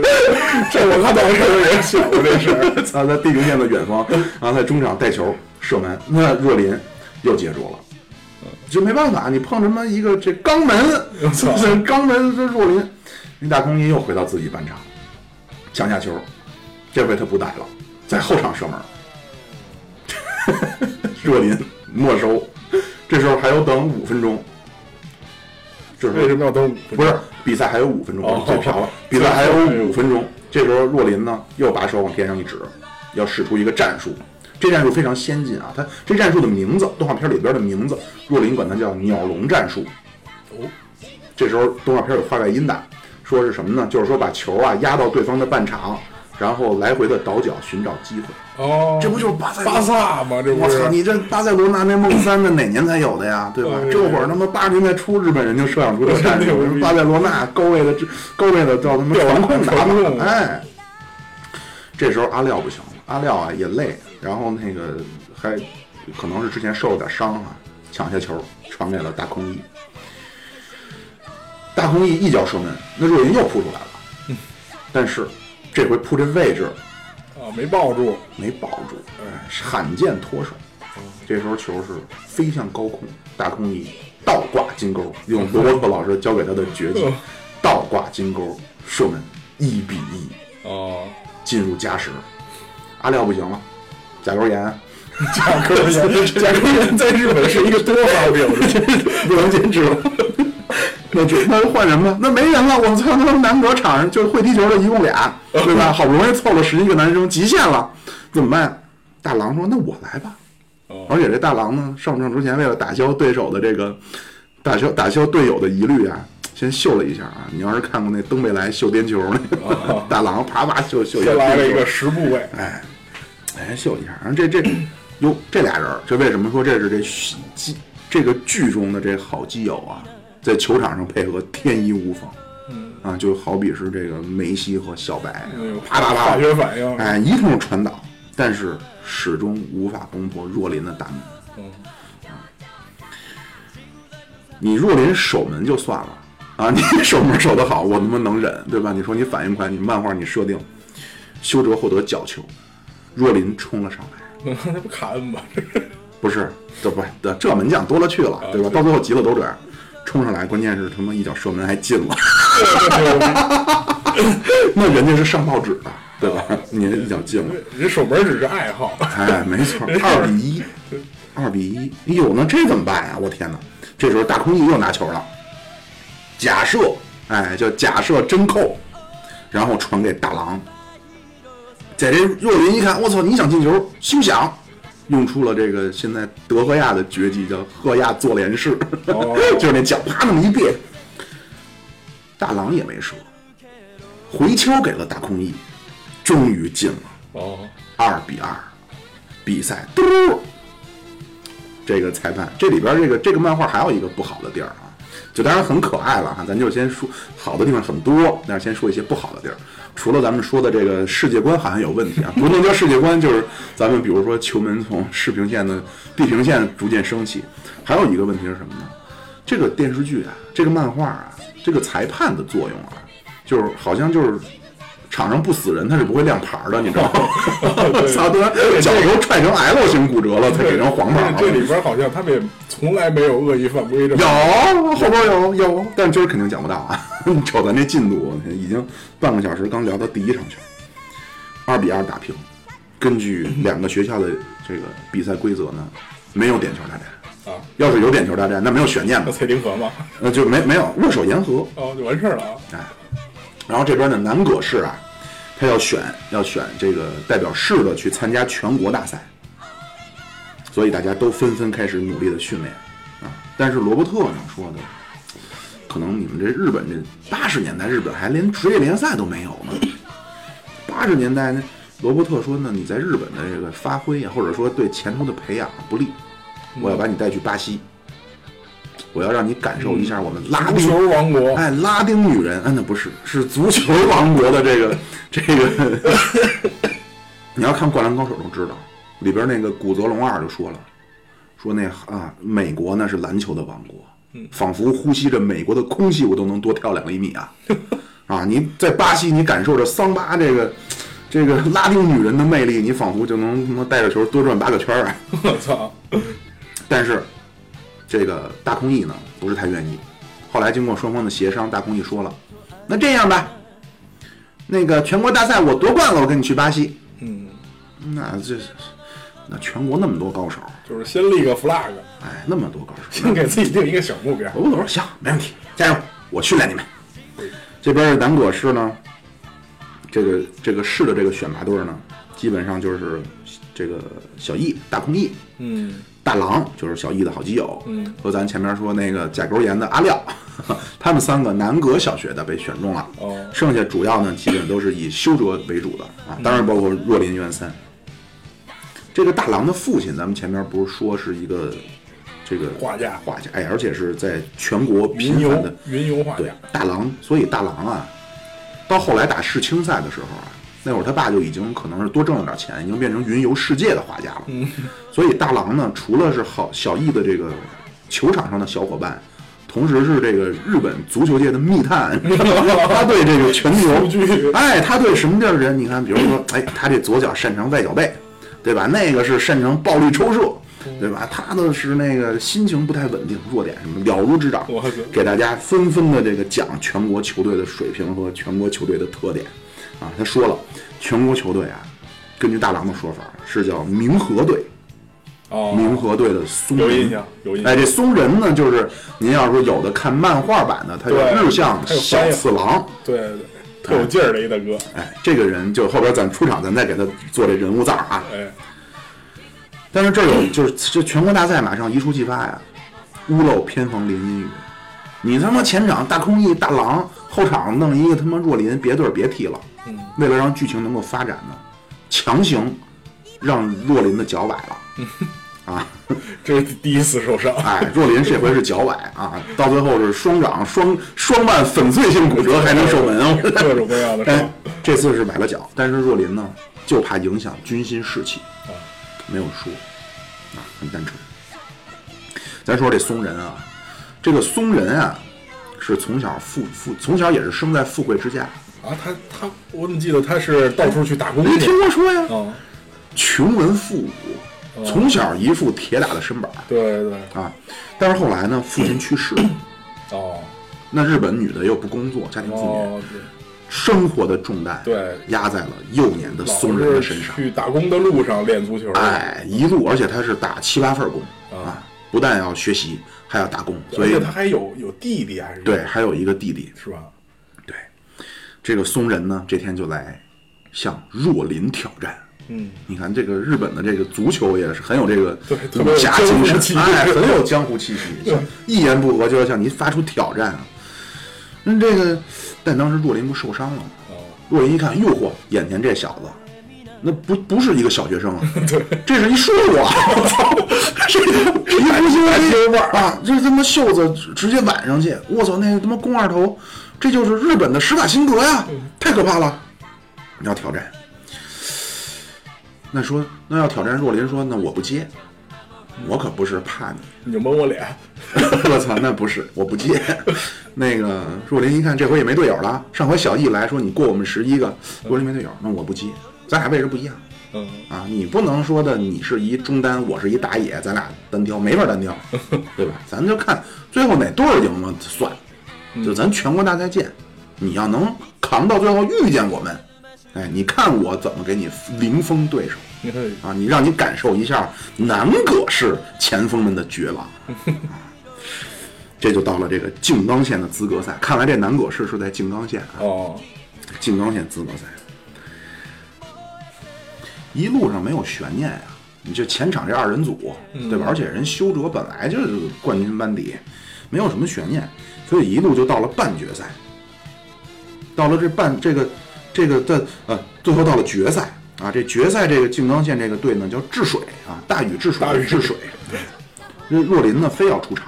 Speaker 2: 对， 这我看到的时候也想过这事儿，
Speaker 1: 他在地平线的远方，然后在中场带球射门，那若林又接住了。就没办法，你碰他妈一个这肛门，是 不是？肛门这若林，林大空一又回到自己半场，抢下球，这回他不带了，在后场射门， 若林没收。这时候还有等五分钟，这时候
Speaker 2: 为什么要等五
Speaker 1: 不
Speaker 2: 分
Speaker 1: 是
Speaker 2: 钟？
Speaker 1: 比赛还有五分钟，
Speaker 2: 哦
Speaker 1: 我嘴瓢了，比赛还有五分钟。这时候若林呢又把手往天上一指，要使出一个战术。这战术非常先进啊，他这战术的名字，动画片里边的名字，若林管它叫鸟笼战术。
Speaker 2: 哦，
Speaker 1: 这时候动画片有画外音的，说是什么呢？就是说把球啊压到对方的半场，然后来回的倒脚寻找机会。
Speaker 2: 哦，
Speaker 1: 这不就是巴塞
Speaker 2: 巴萨吗？这
Speaker 1: 我
Speaker 2: 不
Speaker 1: 操！
Speaker 2: 是
Speaker 1: 你这巴塞罗那那梦三那哪年才有的呀？对吧？
Speaker 2: 对
Speaker 1: 这会儿他妈八十年代初，日本人就设 想出这战术，
Speaker 2: 对
Speaker 1: 什么巴塞罗那高位的高位的叫他妈
Speaker 2: 吊篮
Speaker 1: 传控打
Speaker 2: 传控
Speaker 1: 法，哎。这时候阿廖不行了，阿廖啊也累，然后那个还可能是之前受了点伤啊，抢下球传给了大空翼，大空翼一脚射门，那若云又扑出来了，
Speaker 2: 嗯
Speaker 1: 但是这回扑这位置
Speaker 2: 啊，没抱住，
Speaker 1: 没保住，哎，罕见脱手。这时候球是飞向高空，大空翼倒挂金钩，用罗伯特老师教给他的绝技
Speaker 2: 嗯，
Speaker 1: 倒挂金钩射门，一比一
Speaker 2: 哦，
Speaker 1: 进入加时。阿廖不行了，甲沟炎，
Speaker 2: 贾科员，贾科员在日本是一个多发病，
Speaker 1: 不能坚持了。 那就那就换人吧，那没人了。我操，他们南国场上就会踢球的一共俩，对 吧？好不容易凑了十一个男生，极限了，怎么办？大郎说：“那我来吧。”
Speaker 2: 哦，
Speaker 1: 而且这大郎呢，上场之前为了打消对手的这个打消打消队友的疑虑啊，先秀了一下啊。你要是看过那登贝莱秀颠球那个、
Speaker 2: 啊
Speaker 1: 大郎，啪啪秀秀一下
Speaker 2: 先来了一
Speaker 1: 颠
Speaker 2: 个
Speaker 1: 球，
Speaker 2: 十部位，
Speaker 1: 哎，秀一下。然后这这哟，这俩人儿，这为什么说这是这戏剧这个剧中的这好基友啊，在球场上配合天衣无缝。啊，就好比是这个梅西和小白
Speaker 2: 嗯哎呦，
Speaker 1: 啪啪啪
Speaker 2: 化，学反应，
Speaker 1: 哎，一通传导，但是始终无法攻破若林的大门。啊
Speaker 2: 嗯
Speaker 1: 你若林守门就算了啊，你 守门守得好，我他妈能忍，对吧？你说你反应快，你漫画你设定，修哲获得角球，若林冲了上来，
Speaker 2: 那不卡恩吗？
Speaker 1: 不是，这不这这门将多了去了，对吧？到最后急了都这样，冲上来，关键是他 妈一脚射门还进了，那人家是上报纸的，对吧？你这一脚进了，
Speaker 2: 人守门只是爱好，
Speaker 1: 哎，没错，二比一，二比一，哎呦，那这怎么办呀？我天哪！这时候大空翼又拿球了，假射，哎，叫假射真扣，然后传给大郎。在这若林一看，我操，你想进球，休想！用出了这个现在德赫亚的绝技，叫赫亚坐连式，
Speaker 2: 哦
Speaker 1: 就是那脚啪那么一别，大郎也没说，回敲给了大空翼，终于进了。
Speaker 2: 哦，
Speaker 1: 二比二，比赛嘟，这个裁判这里边这个这个漫画还有一个不好的地儿啊，就当然很可爱了哈，咱就先说好的地方很多，但是先说一些不好的地儿。除了咱们说的这个世界观好像有问题啊，不能叫世界观，就是咱们比如说球门从视平线的地平线逐渐升起，还有一个问题是什么呢？这个电视剧啊，这个漫画啊，这个裁判的作用啊，就是好像就是场上不死人他是不会亮牌儿的，你知道吗？ 操，突然脚球踹成 L 型骨折了，才给成黄牌啊儿了。
Speaker 2: 这里边好像他们也从来没有恶意犯规的，
Speaker 1: 有后边有有，但今儿肯定讲不到啊！ 你瞅咱这进度，已经半个小时刚聊到第一场球，二比二打平。根据两个学校的这个比赛规则呢，没有点球大战
Speaker 2: 啊
Speaker 1: 要是有点球大战，那没有悬念
Speaker 2: 要
Speaker 1: 的，
Speaker 2: 踩零和嘛，
Speaker 1: 那就没没有握手言和。
Speaker 2: 哦，就完事儿了啊。
Speaker 1: 然后这边的南葛市啊，他要选要选这个代表市的去参加全国大赛，所以大家都纷纷开始努力的训练啊。但是罗伯特呢说的，可能你们这日本这八十年代日本还连职业联赛都没有呢，八十年代呢，罗伯特说呢，你在日本的这个发挥啊，或者说对前途的培养不利，我要把你带去巴西。我要让你感受一下我们拉
Speaker 2: 足
Speaker 1: 丁
Speaker 2: 球王国，
Speaker 1: 哎，拉丁女人，嗯，那不是，是足球王国的这个这个。 你要看《灌篮高手》都知道，里边那个古泽龙二就说了，说那啊，美国呢是篮球的王国，仿佛呼吸着美国的空气，我都能多跳两厘米啊！啊，你在巴西，你感受着桑巴这个这个拉丁女人的魅力，你仿佛就能他妈带着球多转八个圈儿啊！
Speaker 2: 我操，
Speaker 1: 但是这个大空翼呢不是太愿意。后来经过双方的协商，大空翼说了：“那这样吧，那个全国大赛我夺冠了，我跟你去巴西。”嗯，那这那全国那么多高手，
Speaker 2: 就是先立个 flag，
Speaker 1: 哎，那么多高手，
Speaker 2: 先给自己定一个小目 标。
Speaker 1: 我我说行，没问题，加油，我训练你们。这边的南葛市呢，这个这个市的这个选拔队呢，基本上就是这个小易、大空翼，
Speaker 2: 嗯，
Speaker 1: 大郎就是小易的好基友，
Speaker 2: 嗯，
Speaker 1: 和咱前面说那个甲沟岩的阿廖， 他们三个南葛小学的被选中了，
Speaker 2: 哦
Speaker 1: 剩下主要呢基本都是以修哲为主的啊，当
Speaker 2: 嗯
Speaker 1: 然包括若林元三。这个大郎的父亲，咱们前面不是说是一个这个
Speaker 2: 画家
Speaker 1: 画家，哎，而且是在全国频
Speaker 2: 云
Speaker 1: 繁
Speaker 2: 游
Speaker 1: 的
Speaker 2: 云游画
Speaker 1: 对
Speaker 2: 家，
Speaker 1: 大郎，所以大郎啊，到后来打世青赛的时候啊，那会儿他爸就已经可能是多挣了点钱，已经变成云游世界的画家了。所以大郎呢，除了是好小易的这个球场上的小伙伴，同时是这个日本足球界的密探，他对这个全
Speaker 2: 数据
Speaker 1: 球，哎，他对什么地儿的人，你看，比如说，哎，他这左脚擅长外脚背，对吧？那个是擅长暴力抽射。
Speaker 2: 嗯
Speaker 1: 对吧？他呢是那个心情不太稳定，弱点什么了如指掌。
Speaker 2: 我操
Speaker 1: 给大家纷纷的这个讲全国球队的水平和全国球队的特点。啊，他说了，全国球队啊，根据大郎的说法是叫明和队，
Speaker 2: 哦，
Speaker 1: 明和队的松
Speaker 2: 有
Speaker 1: 仁
Speaker 2: 印象有印象
Speaker 1: 哎，这松仁呢，就是您要说有的看漫画版的，他有
Speaker 2: 对
Speaker 1: 日向
Speaker 2: 他有翻
Speaker 1: 小
Speaker 2: 译
Speaker 1: 次郎，
Speaker 2: 对对对，特有劲儿的一大哥，
Speaker 1: 哎，这个人就后边咱出场咱再给他做这人物造啊。
Speaker 2: 哎，
Speaker 1: 但是这儿有就是这全国大赛马上一触即发呀，屋漏偏逢连阴雨，你他妈前场大空翼大郎，后场弄一个他妈若林，别队儿别踢了。为了让剧情能够发展呢，强行让若林的脚崴了。啊，
Speaker 2: 这是第一次受伤，
Speaker 1: 哎，若林这回是脚崴啊，到最后是双掌双双腕粉碎性骨折还能守门啊，
Speaker 2: 各种各样的
Speaker 1: 哎
Speaker 2: 伤，，
Speaker 1: 这次是崴了脚，但是若林呢，就怕影响军心士气，
Speaker 2: 啊
Speaker 1: 没有说，啊，很单纯。咱说这松仁啊，这个松仁啊，是从小富富，从小也是生在富贵之家，
Speaker 2: 啊，他他，我怎么记得他是到处去打工
Speaker 1: 没
Speaker 2: 去
Speaker 1: 听？过说呀，
Speaker 2: 啊，
Speaker 1: 穷文富
Speaker 2: 哦
Speaker 1: 武，从小一副铁打的身板儿
Speaker 2: 对对，
Speaker 1: 啊。但是后来呢，父亲去世了，
Speaker 2: 哦
Speaker 1: 那日本女的又不工作，家庭妇女，
Speaker 2: 哦，对
Speaker 1: 生活的重担
Speaker 2: 对
Speaker 1: 压在了幼年的
Speaker 2: 老
Speaker 1: 松人的
Speaker 2: 是
Speaker 1: 身上。
Speaker 2: 去打工的路上练足球，
Speaker 1: 哎，一路，而且他是打七八份工
Speaker 2: 啊
Speaker 1: 啊，不但要学习，还要打工，所
Speaker 2: 而
Speaker 1: 以
Speaker 2: 且他还有有弟弟还是
Speaker 1: 对，还有一个弟弟。
Speaker 2: 是吧？
Speaker 1: 对，这个松仁呢，这天就来向若林挑战。
Speaker 2: 嗯，
Speaker 1: 你看这个日本的这个足球也是很有这个
Speaker 2: 对特别
Speaker 1: 武
Speaker 2: 有
Speaker 1: 侠
Speaker 2: 江湖
Speaker 1: 精
Speaker 2: 气
Speaker 1: 神，
Speaker 2: 息
Speaker 1: 哎，很有江湖气息，一言不合就要向你发出挑战啊。那、这个，但当时若林不受伤了吗？
Speaker 2: 哦，
Speaker 1: 若林一看，哟嚯，眼前这小子，那不不是一个小学生啊， 这是一硕啊！ 我操，这这一胡须黑啊，这他妈袖子直直接挽上去，我操，那他妈肱二头，这就是日本的施瓦辛格呀，太可怕了！你要挑战，那说那要挑战，若林说那我不接，我可不是怕你，
Speaker 2: 你就蒙我脸，
Speaker 1: 我操，那不是，我不接。那个若林一看，这回也没队友了。上回小易来说你过我们十一个，若林没队友，那我不接。咱俩位置不一样
Speaker 2: 嗯，
Speaker 1: 啊，你不能说的你是一中单，我是一打野，咱俩单挑没法单挑，对吧？咱就看最后哪队儿赢了算，就咱全国大赛见。你要能扛到最后遇见我们，哎，你看我怎么给你零封对手。
Speaker 2: 你看，
Speaker 1: 啊，你让你感受一下南葛式前锋们的绝望。啊这就到了这个静冈县的资格赛，看来这南葛市是在静冈县啊，
Speaker 2: 哦，
Speaker 1: 静冈县资格赛。一路上没有悬念啊，你这前场这二人组，
Speaker 2: 嗯
Speaker 1: 对吧？而且人修哲本来就是冠军班底，没有什么悬念，所以一路就到了半决赛。到了这半这个这个的呃，最后到了决赛啊，这决赛这个静冈县这个队呢叫治水啊，大禹治水，
Speaker 2: 大禹
Speaker 1: 治水。那若林呢非要出场，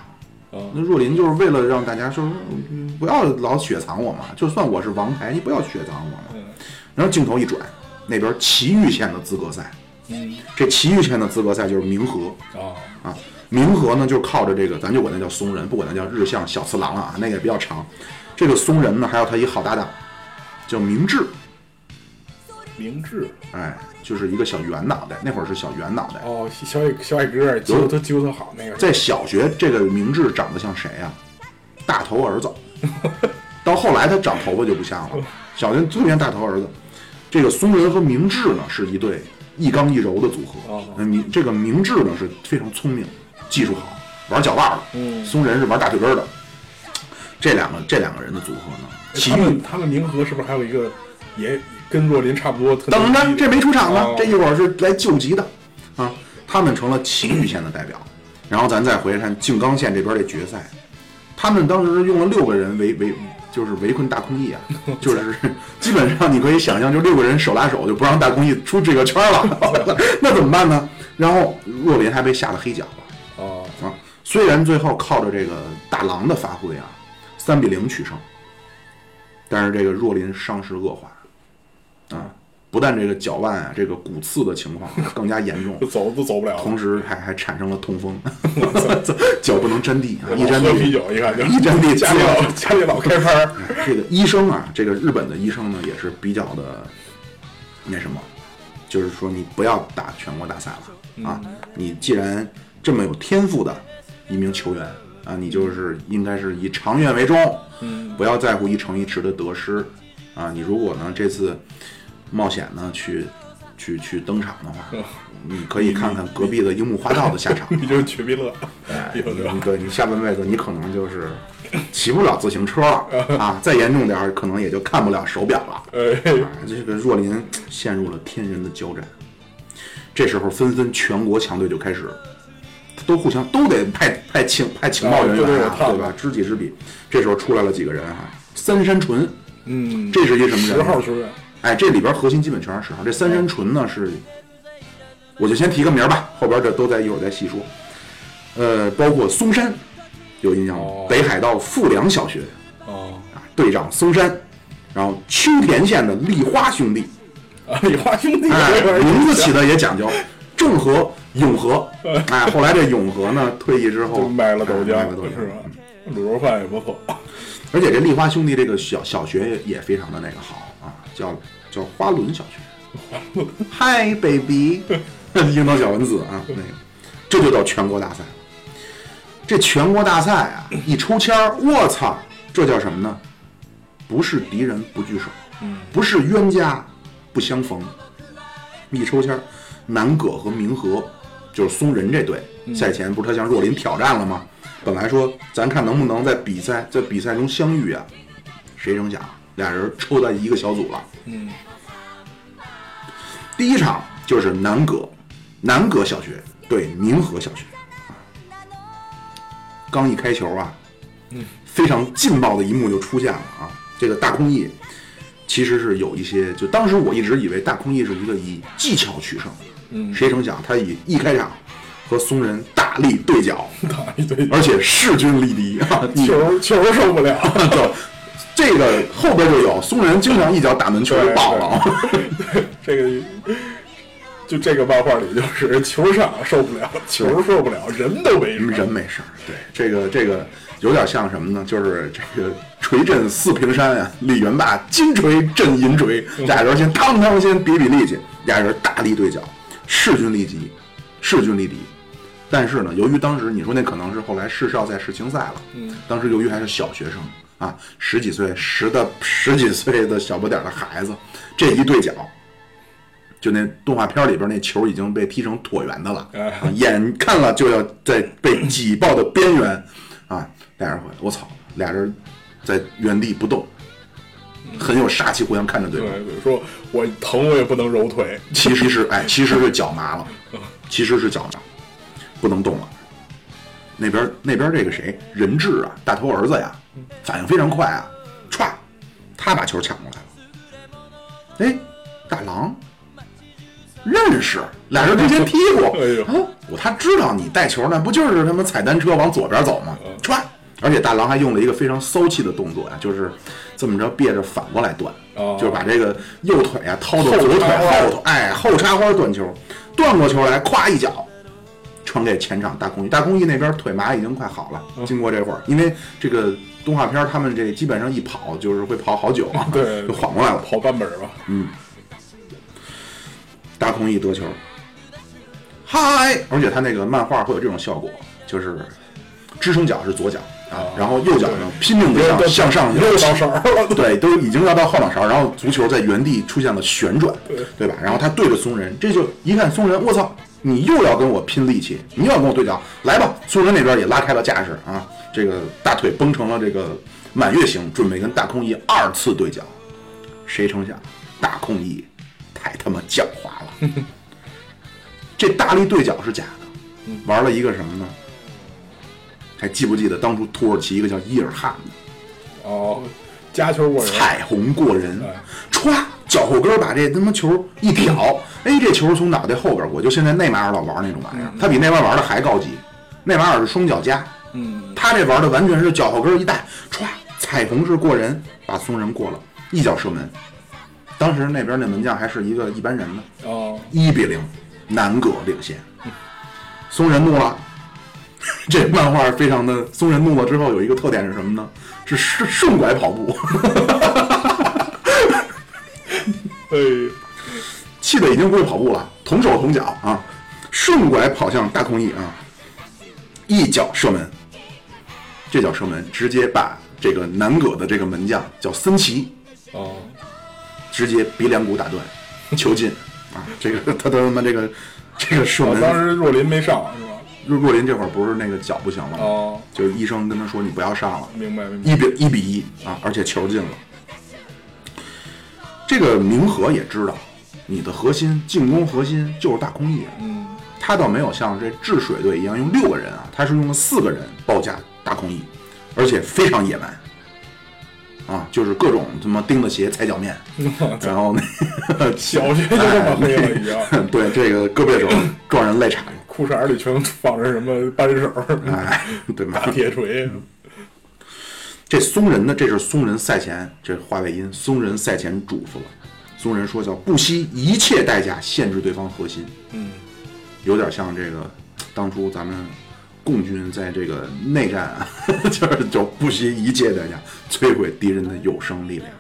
Speaker 1: 那若林就是为了让大家说嗯不要老雪藏我嘛，就算我是王牌，你不要雪藏我嘛。然后镜头一转，那边崎玉县的资格赛，
Speaker 2: 嗯，
Speaker 1: 这崎玉县的资格赛就是明和
Speaker 2: 哦，
Speaker 1: 啊，明和呢就靠着这个，咱就管它叫松仁，不管它叫日向小次郎啊，那个也比较长。这个松仁呢，还有他一好搭档叫明智，
Speaker 2: 明智，
Speaker 1: 哎，就是一个小圆脑袋，那会儿是小圆脑袋。
Speaker 2: 哦，小矮小矮个，肌肉特肌肉特好那个，
Speaker 1: 在小学，这个明智长得像谁啊？大头儿子。 到后来他长头发就不像了，小学特别像大头儿子。这个松仁和明智呢是一对一刚一柔的组合
Speaker 2: 哦。
Speaker 1: 嗯明这个明智呢是非常聪明，技术好，玩脚腕儿的。
Speaker 2: 嗯
Speaker 1: 松仁是玩大腿根儿的。这两个这两个人的组合呢，奇
Speaker 2: 哎他
Speaker 1: 遇
Speaker 2: 们他们明和是不是还有一个也跟若林差不多特牛
Speaker 1: 等
Speaker 2: 逼的？
Speaker 1: 着，这没出场呢，啊
Speaker 2: 哦
Speaker 1: 这一会儿是来救急的啊。他们成了崎玉县的代表，然后咱再回看静冈县这边这决赛，他们当时用了六个人围围，就是围困大空翼啊，就是基本上你可以想象，就六个人手拉手就不让大空翼出这个圈了， 那怎么办呢？然后若林还被下了黑脚了
Speaker 2: 哦，
Speaker 1: 啊，虽然最后靠着这个大郎的发挥啊，三比零取胜，但是这个若林伤势恶化。啊，不但这个脚腕啊，这个骨刺的情况更加严重
Speaker 2: 就，走都走不了了
Speaker 1: 同，时还还产生了痛风， 脚不能沾地啊，一沾
Speaker 2: 喝啤
Speaker 1: 地，
Speaker 2: 酒一看就
Speaker 1: 一沾地
Speaker 2: 家里老家里老开拍儿，
Speaker 1: 这个医生啊，这个日本的医生呢也是比较的那什么，就是说你不要打全国大赛了啊，你既然这么有天赋的一名球员啊，你就是应该是以长远为重，不要在乎一城一池的得失啊。你如果呢这次冒险呢去去去登场的话，你可以看看隔壁的樱木花道的下场。
Speaker 2: 你就取必乐，
Speaker 1: 哎
Speaker 2: 有这
Speaker 1: 你对你下半辈子你可能就是骑不了自行车 了啊，再严重点儿可能也就看不了手表了。
Speaker 2: 呃
Speaker 1: 啊，这个若林陷入了天人的交战。这时候，纷纷全国强队就开始，都互相都得派派情派情报人员啊
Speaker 2: 啊，对对
Speaker 1: 对
Speaker 2: 对
Speaker 1: 吧？知己知彼。这时候出来了几个人哈、啊三山纯，
Speaker 2: 嗯，
Speaker 1: 这是一什么人？
Speaker 2: 十号球员，
Speaker 1: 哎，这里边核心基本全是十号。这三山纯呢是，我就先提个名儿吧，后边这都在一会儿再细说。呃，包括松山，有印象吗？
Speaker 2: 哦
Speaker 1: 北海道富良小学
Speaker 2: 哦，
Speaker 1: 啊，队长松山，然后秋田县的立花兄弟，
Speaker 2: 啊，李华兄弟，
Speaker 1: 哎，
Speaker 2: 这玩意儿
Speaker 1: 名字起的也讲究，郑和、永和，哎，后来这永和呢退役之后
Speaker 2: 就买了豆
Speaker 1: 哎
Speaker 2: 浆
Speaker 1: 卖了豆，
Speaker 2: 是
Speaker 1: 浆
Speaker 2: 吧？卤肉饭也不错，
Speaker 1: 而且这立花兄弟这个小小学也非常的那个好啊，叫叫花轮小学。嗨，baby，樱 桃小丸子啊，那个，这就叫全国大赛。这全国大赛啊，一抽签儿，我操，这叫什么呢？不是敌人不聚首，
Speaker 2: 嗯
Speaker 1: 不是冤家不相逢。一抽签儿，南葛和明和就是松仁这队赛前不是他向若林挑战了吗？本来说咱看能不能在比赛在比赛中相遇啊，谁成想俩人抽在一个小组了。
Speaker 2: 嗯
Speaker 1: 第一场就是南葛，南葛小学对宁河小学，刚一开球啊，非常劲爆的一幕就出现了啊！这个大空翼其实是有一些，就当时我一直以为大空翼是一个以技巧取胜，
Speaker 2: 嗯，
Speaker 1: 谁成想他以一开场和松仁大力对角，
Speaker 2: 打一堆
Speaker 1: 而且势均力敌啊！你
Speaker 2: 球球受不了，
Speaker 1: 就这个后边就有松仁经常一脚打门球就爆了啊。
Speaker 2: 这个就这个漫画里就是球场受不了，球受不了，人都没
Speaker 1: 人没事儿，对这个这个有点像什么呢？就是这个锤震四平山啊，李元霸金锤震银锤，俩人先嘡嘡先比比力气，俩人大力对角，势均力敌，势均力敌。但是呢，由于当时你说那可能是后来市少赛、世青赛了，
Speaker 2: 嗯，
Speaker 1: 当时由于还是小学生啊，十几岁、十的 十几岁的小不点儿的孩子，这一对角，就那动画片里边那球已经被踢成椭圆的了，啊眼看了就要在被挤爆的边缘，啊，俩人回来，我操，俩人在原地不动，很有杀气，互相看着对
Speaker 2: 对
Speaker 1: 方。
Speaker 2: 对，说我疼我也不能揉腿，
Speaker 1: 其实是哎，其实是脚麻了，其实是脚麻，不能动了。那边那边这个谁任志啊，大头儿子呀，反应非常快啊，歘，他把球抢过来了。哎，大郎认识，俩人之前踢过。
Speaker 2: 哎呦
Speaker 1: 啊，我他知道你带球呢，不就是他妈踩单车往左边走吗？
Speaker 2: 嗯
Speaker 1: 歘，而且大郎还用了一个非常骚气的动作呀、啊就是这么着别着反过来断，
Speaker 2: 哦
Speaker 1: 就是把这个右腿啊掏到左腿后头，哎，后插花断球，断过球来，咵一脚。传给前场大空翼，大空翼那边腿麻已经快好了。经过这会儿，因为这个动画片儿他们这基本上一跑就是会跑好久啊，
Speaker 2: 对
Speaker 1: 就缓过来了。
Speaker 2: 跑半本儿吧，
Speaker 1: 大空翼得球，嗨！而且他那个漫画会有这种效果，就是支撑脚是左脚啊，然后右脚呢拼命的
Speaker 2: 哦 对
Speaker 1: 向向上
Speaker 2: 又
Speaker 1: 摇
Speaker 2: 到手儿了，
Speaker 1: 对，都已经要到后脑勺，然后足球在原地出现了旋转，对吧？然后他对着松仁，这就一看松仁，我操，你又要跟我拼力气，你又要跟我对角，来吧！松仁那边也拉开了架势啊，这个大腿绷成了这个满月形，准备跟大空翼二次对角。谁成想，大空翼太他妈狡猾了。这大力对角是假的，玩了一个什么呢？还记不记得当初土耳其一个叫伊尔汗的？
Speaker 2: 哦，加球过人，
Speaker 1: 彩虹过人
Speaker 2: 哎，
Speaker 1: 歘，脚后跟儿把这他妈球一挑，哎，这球从脑袋后边过，就现在内马尔老玩那种玩意儿，他比内马尔玩的还高级。内马尔是双脚夹，
Speaker 2: 嗯，
Speaker 1: 他这玩的完全是脚后跟儿一带，歘，彩虹式过人，把松仁过了，一脚射门。当时那边那门将还是一个一般人呢，
Speaker 2: 哦，
Speaker 1: 一比零，南葛领 先。松仁怒了， 这漫画非常的松仁怒了之后有一个特点是什么呢？是是顺拐跑步。
Speaker 2: 哎，
Speaker 1: 气得已经不会跑步了，同手同脚啊，顺拐跑向大空翼啊，一脚射门，这脚射门直接把这个南葛的这个门将叫森奇
Speaker 2: 哦，
Speaker 1: 直接鼻梁骨打断，球进啊，这个他他他妈这个这个射
Speaker 2: 哦，
Speaker 1: 门，
Speaker 2: 当时若林没上是吧？
Speaker 1: 若若林这会儿不是那个脚不行了吗？
Speaker 2: 哦，
Speaker 1: 就是医生跟他说你不要上了，
Speaker 2: 明白明白，
Speaker 1: 一比一比一啊，而且球进了。这个明和也知道，你的核心进攻核心就是大空翼，啊
Speaker 2: 嗯，
Speaker 1: 他倒没有像这治水队一样用六个人啊，他是用了四个人包夹大空翼，而且非常野蛮。啊，就是各种他妈钉子鞋、踩脚 面，然后那哎
Speaker 2: 小学就这么黑了已 经。
Speaker 1: 对这个胳膊肘撞人肋叉子，
Speaker 2: 裤衩里全放着什么扳手、
Speaker 1: 哎，对吧
Speaker 2: 大？铁锤，
Speaker 1: 这松仁呢，这是松仁赛前这话外音，松仁赛前嘱咐了，松仁说叫不惜一切代价限制对方核心，
Speaker 2: 嗯，
Speaker 1: 有点像这个当初咱们共军在这个内战啊， 就是就不惜一切代价摧毁敌人的有生力量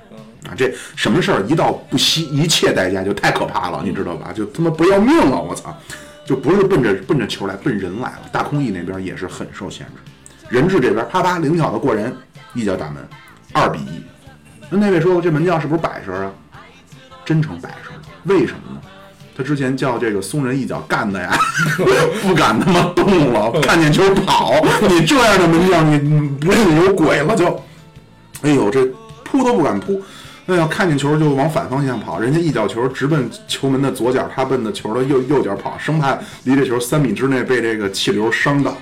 Speaker 1: 啊！这什么事儿一到不惜一切代价就太可怕了，你知道吧？就他妈不要命了，我操！就不是奔着奔着球来，奔人来了。大空翼那边也是很受限制，人质这边啪啪灵巧的过人，一脚打门，二比一。那那位说过，这门将是不是摆设啊？真成摆设了，为什么呢？他之前叫这个松人一脚干的呀， 不敢他妈动了，看见球跑。你这样的门将，你你不是你有鬼了就，哎呦这扑都不敢扑。那要看见球就往反方向跑，人家一脚球直奔球门的左角，他奔着球的右右脚跑，生怕离这球三米之内被这个气流伤到。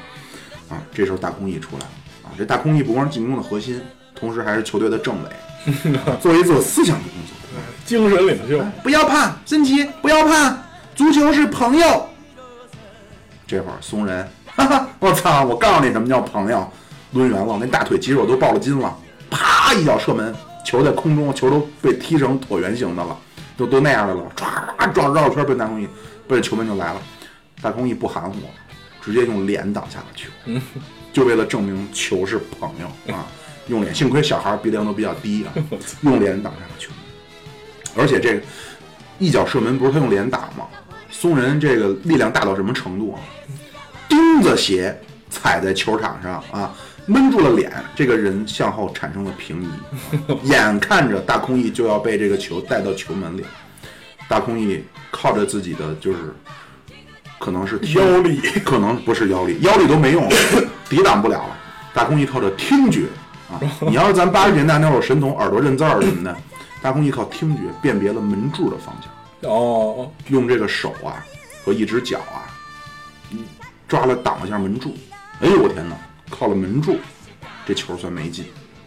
Speaker 1: 啊，这时候大空翼出来了啊，这大空翼不光是进攻的核心，同时还是球队的政委，做一做思想的工作。
Speaker 2: 精神领袖，
Speaker 1: 不要怕，森奇，不要怕，足球是朋友。这会儿松人， 哈哈，我操！我告诉你什么叫朋友，抡圆了，那大腿肌肉都爆了筋了，啪一脚射门，球在空中，球都被踢成椭圆形的了，都都那样的了，唰撞绕圈奔大空翼，奔球门就来了。大空翼不含糊，直接用脸挡下了球，就为了证明球是朋友啊！用脸，幸亏小孩鼻梁都比较低 啊，用脸挡下了球。而且这个一脚射门不是他用脸打吗？松人这个力量大到什么程度啊？钉子鞋踩在球场上啊，闷住了脸，这个人向后产生了平移， 眼看着大空翼就要被这个球带到球门里，大空翼靠着自己的就是可能是听
Speaker 2: 腰力，
Speaker 1: 可能不是腰力，腰力都没用了，抵挡不了了。大空翼靠着听觉 啊，你要是咱八十年代那会儿神童耳朵认字儿什么的，大空翼靠听觉辨别了门柱的方向，
Speaker 2: 哦，
Speaker 1: 用这个手啊和一只脚啊，嗯抓了挡了一下门柱。哎呦我天哪，靠了门柱，这球算没进，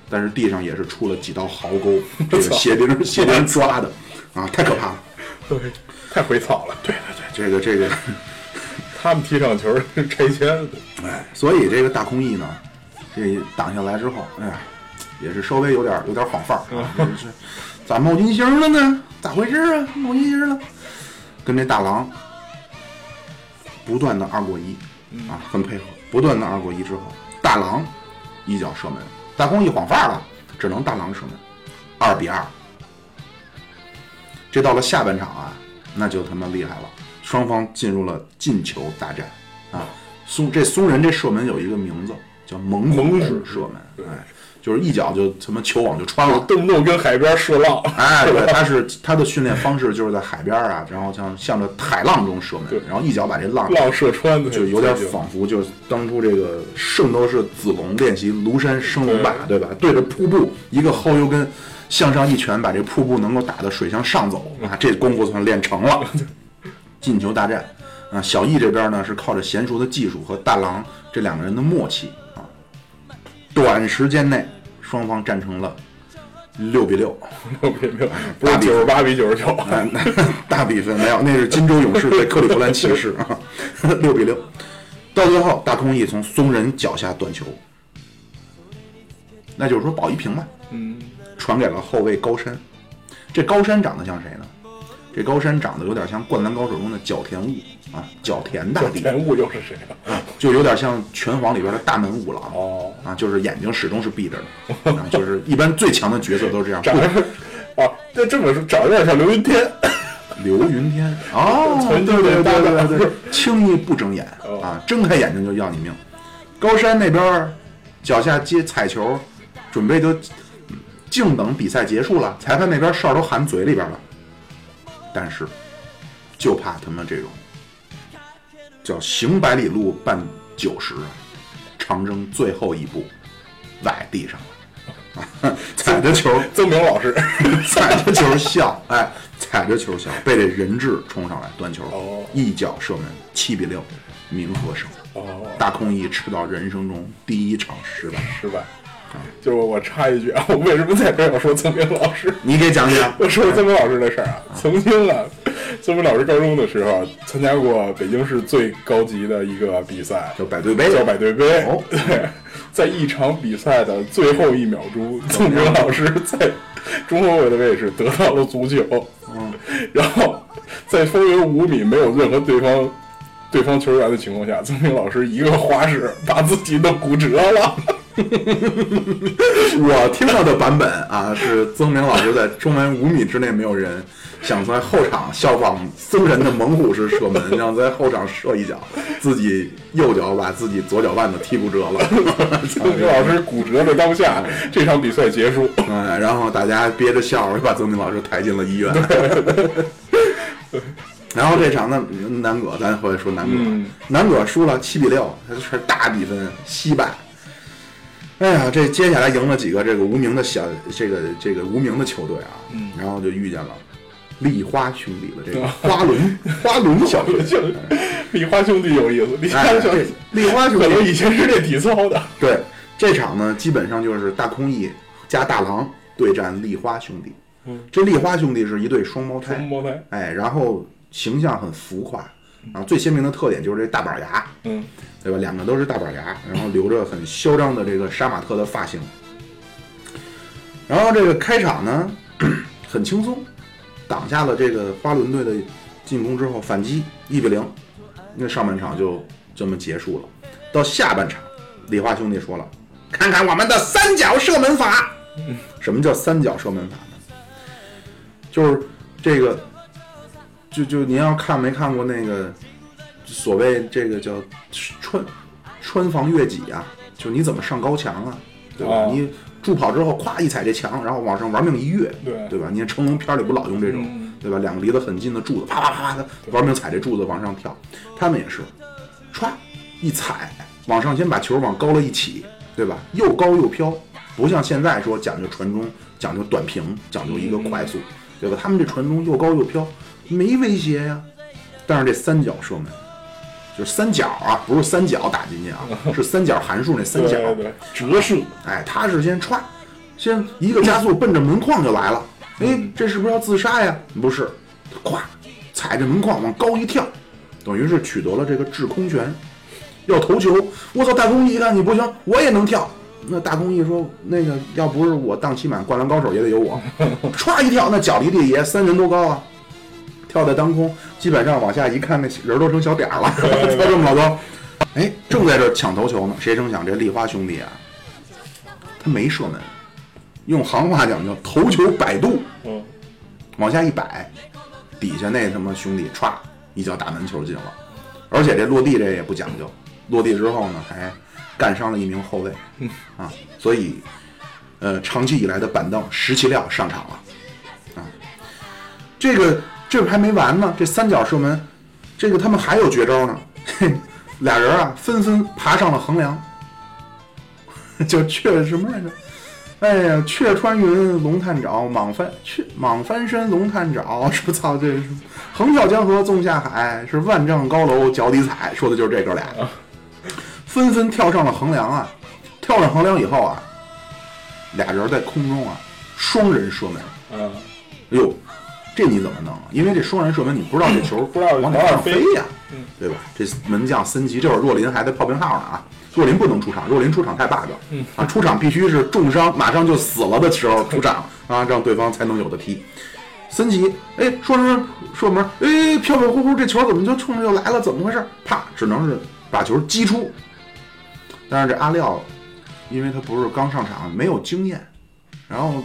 Speaker 1: 但是地上也是出了几道壕沟，这个鞋钉鞋钉抓的啊，太可怕了。
Speaker 2: 对，太回草了。对，
Speaker 1: 对，这个这个。
Speaker 2: 他们踢场球是拆迁的，
Speaker 1: 哎，所以这个大空翼呢，这挡下来之后，哎呀，也是稍微有点有点晃范儿啊，这是咋冒金星了呢？咋回事啊？冒金星了，跟这大郎不断的二过一啊，很配合，不断的二过一之后，大郎一脚射门，大空翼晃范儿了，只能大郎射门，二比二。这到了下半场啊，那就他妈厉害了，双方进入了进球大战啊。松这松人这射门有一个名字叫猛
Speaker 2: 猛
Speaker 1: 虎
Speaker 2: 虎
Speaker 1: 式射门，哎，就是一脚就他妈球网就穿了。
Speaker 2: 动不动跟海边射浪。
Speaker 1: 哎， 对，他是他的训练方式就是在海边啊，然后像向着海浪中射门，然后一脚把这浪
Speaker 2: 浪射穿的，
Speaker 1: 就有点仿佛就是当初这个圣斗士子龙练习庐山升龙霸，对吧？对着瀑布一个后右跟向上一拳，把这瀑布能够打得水向上走啊，这功夫算练成了。 进球大战啊，小易这边呢是靠着娴熟的技术和大郎这两个人的默契啊，短时间内双方战成了六比六。
Speaker 2: 六比六，不是九十八比九十九，
Speaker 1: 哎那 大比分没有，那是金州勇士对克利夫兰骑士啊，六比六。到最后，大空翼从松人脚下断球，那就是说保一平吧。
Speaker 2: 嗯，
Speaker 1: 传给了后卫高山。这高山长得像谁呢？这高山长得有点像《灌篮高手》中的角田悟啊，角田大哎帝，
Speaker 2: 田悟又是谁啊？
Speaker 1: 就有点像拳皇里边的大门五郎。
Speaker 2: 哦，
Speaker 1: 啊，就是眼睛始终是闭着 的，啊就是一般最强的角色都是这样。
Speaker 2: 长得啊，那这么说长得有点像刘云天，
Speaker 1: 刘云天哦，
Speaker 2: 存
Speaker 1: 对
Speaker 2: 就
Speaker 1: 对
Speaker 2: 得搭
Speaker 1: 对
Speaker 2: 档
Speaker 1: 对对，轻易不睁眼啊，睁开眼睛就要你命。高山那边儿脚下接踩球，准备就静等比赛结束了，裁判那边哨都含嘴里边了，但是就怕他们这种叫行百里路半九十啊，长征最后一步崴地上了， 啊，踩着球
Speaker 2: 曾明老师。
Speaker 1: 踩着球笑，哎，踩着球笑，被这人质冲上来端球，
Speaker 2: 哦
Speaker 1: 一脚射门，七比六，鸣和胜。
Speaker 2: 哦，
Speaker 1: 大空翼吃到人生中第一场失败，
Speaker 2: 失败。
Speaker 1: 嗯
Speaker 2: 就是我插一句啊，我为什么在这儿要说曾明老师？
Speaker 1: 你给讲讲。
Speaker 2: 我说曾明老师的事儿啊，曾经啊，曾明老师高中的时候啊参加过北京市最高级的一个比赛，
Speaker 1: 叫百对杯，
Speaker 2: 叫百对杯。
Speaker 1: 哦
Speaker 2: 对， 在一场比赛的最后一秒钟，宋哲老师在中后卫的位置得到了足球，嗯，然后在风围五米没有任何对方。对方球员的情况下，曾明老师一个花式把自己弄骨折了，
Speaker 1: 我听到的版本啊，是曾明老师在中门五米之内没有人，想在后场效仿僧人的猛虎式射门，想在后场射一脚，自己右脚把自己左脚腕子踢骨折了。
Speaker 2: 曾明老师骨折的当下，
Speaker 1: 嗯
Speaker 2: 这场比赛结束。
Speaker 1: 哎，然后大家憋着笑，把曾明老师抬进了医院。然后这场呢，南葛，咱回来说南葛，
Speaker 2: 嗯
Speaker 1: 南葛输了七比六，他是大比分惜败。哎呀，这接下来赢了几个这个无名的小这个这个无名的球队啊，
Speaker 2: 嗯啊
Speaker 1: 然后就遇见了丽花兄弟的这个花 轮花轮小队。
Speaker 2: 李花兄弟有意思，李花
Speaker 1: 哎，
Speaker 2: 兄
Speaker 1: 这
Speaker 2: 弟
Speaker 1: 丽花兄
Speaker 2: 可能
Speaker 1: 弟
Speaker 2: 以前是练体操的。
Speaker 1: 对这场呢，基本上就是大空翼加大郎对战丽花兄弟。
Speaker 2: 嗯
Speaker 1: 这丽花兄弟是一对双胞胎，
Speaker 2: 双胞胎，
Speaker 1: 哎，然后形象很浮夸，然后最鲜明的特点就是这大板牙，
Speaker 2: 嗯，
Speaker 1: 对吧？两个都是大板牙，然后留着很嚣张的这个杀马特的发型。然后这个开场呢 很轻松，挡下了这个花轮队的进攻之后反击一比零，那上半场就这么结束了。到下半场，李花兄弟说了，看看我们的三角射门法。什么叫三角射门法呢？就是这个，就就您要看没看过那个所谓这个叫穿穿防越己啊，就你怎么上高墙啊，对吧？
Speaker 2: 哦
Speaker 1: 你助跑之后，咵一踩这墙，然后往上玩命一跃，
Speaker 2: 对
Speaker 1: 对吧？你看成龙片里不老用这种，
Speaker 2: 嗯
Speaker 1: 对吧？两个离得很近的柱子，啪啪啪的玩命踩这柱子往上跳，他们也是，歘一踩往上，先把球往高了一起，对吧？又高又飘，不像现在说讲究传中，讲究短平，讲究一
Speaker 2: 嗯
Speaker 1: 个快速，对吧？他们这传中又高又飘，没威胁呀、但是这三角射门。就是三角啊，不是三角打进去啊， 是三角函数那三
Speaker 2: 对
Speaker 1: 角，
Speaker 2: 对对，折射，
Speaker 1: 哎，他是先歘，先一个加速奔着门框就来了。哎，这是不是要自杀呀？不是，咵，踩着门框往高一跳，等于是取得了这个制空权。要投球，我操！大公益一看你不行，我也能跳。那大公益说：“那个要不是我档期满，灌篮高手也得有我。”歘一跳，那脚离地也三人多高啊！跳在当空，基本上往下一看，那人都成小点儿了， 跳这么老高。哎，正在这儿抢头球呢，谁成想这丽花兄弟啊，他没射门，用行话讲叫头球摆渡，
Speaker 2: 嗯，
Speaker 1: 往下一摆，底下那他妈兄弟歘一脚打门球进了，而且这落地这也不讲究，落地之后呢还干伤了一名后卫，啊，所以呃长期以来的板凳石其亮上场了，啊，这个这还没完呢，这三角射门，这个他们还有绝招呢，嘿，俩人啊纷纷爬上了横梁， 叫雀什么来着？哎呀，雀穿云，龙探爪，蟒翻雀蟒翻身，龙探爪， 说操这是横跳江河纵下海，是万丈高楼脚底踩，说的就是这哥俩，纷纷跳上了横梁啊，跳上横梁以后啊，俩人在空中啊双人射门，
Speaker 2: 啊，
Speaker 1: 哎呦，这你怎么弄啊？因为这双人射门，你不知道这球
Speaker 2: 嗯不知道
Speaker 1: 往
Speaker 2: 往哪
Speaker 1: 上
Speaker 2: 飞
Speaker 1: 呀、
Speaker 2: 嗯
Speaker 1: 对吧？这门将森吉，这会儿若林还在炮兵号呢啊，若林不能出场，若林出场太 bug 了，
Speaker 2: 嗯
Speaker 1: 啊，出场必须是重伤马上就死了的时候出场啊，让对方才能有的踢。森吉，哎，说着射门，哎，飘飘忽忽，这球怎么就冲着就来了？怎么回事？啪，只能是把球击出。但是这阿廖，因为他不是刚上场，没有经验，然后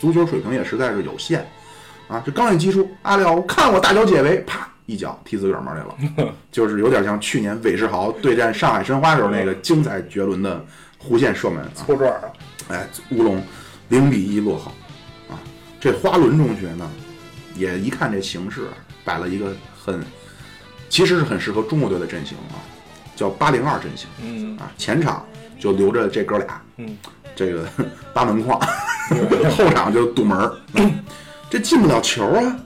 Speaker 1: 足球水平也实在是有限，啊，这刚一击出，阿廖看我大脚解围，啪一脚踢自个儿门里了，就是有点像去年韦世豪对战上海申花时候那个精彩绝伦的弧线射门啊，
Speaker 2: 搓转儿啊，
Speaker 1: 哎，乌龙零比一落后，啊，这花轮中学呢，也一看这形势，摆了一个很，其实是很适合中国队的阵型啊，叫八零二阵型
Speaker 2: 嗯
Speaker 1: 啊，前场就留着这哥俩，
Speaker 2: 嗯，
Speaker 1: 这个扒门框， 后场就堵门儿，嗯这进不了球啊。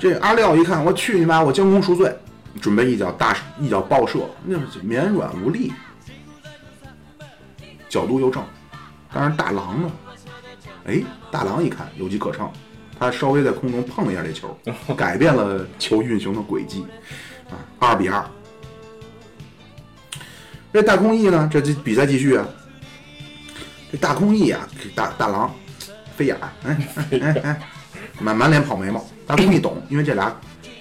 Speaker 1: 这阿廖一看，我去你妈！我将功赎罪，准备一脚大一脚爆射，那是绵软无力，角度又正。但是大郎呢？哎，大郎一看有机可乘，他稍微在空中碰了一下这球，改变了球运行的轨迹，啊，二比二。这大空翼呢？这这比赛继续啊，这大空翼啊，这大大郎，飞眼儿，哎哎哎哎，满满脸跑眉毛。大空翼懂，因为这俩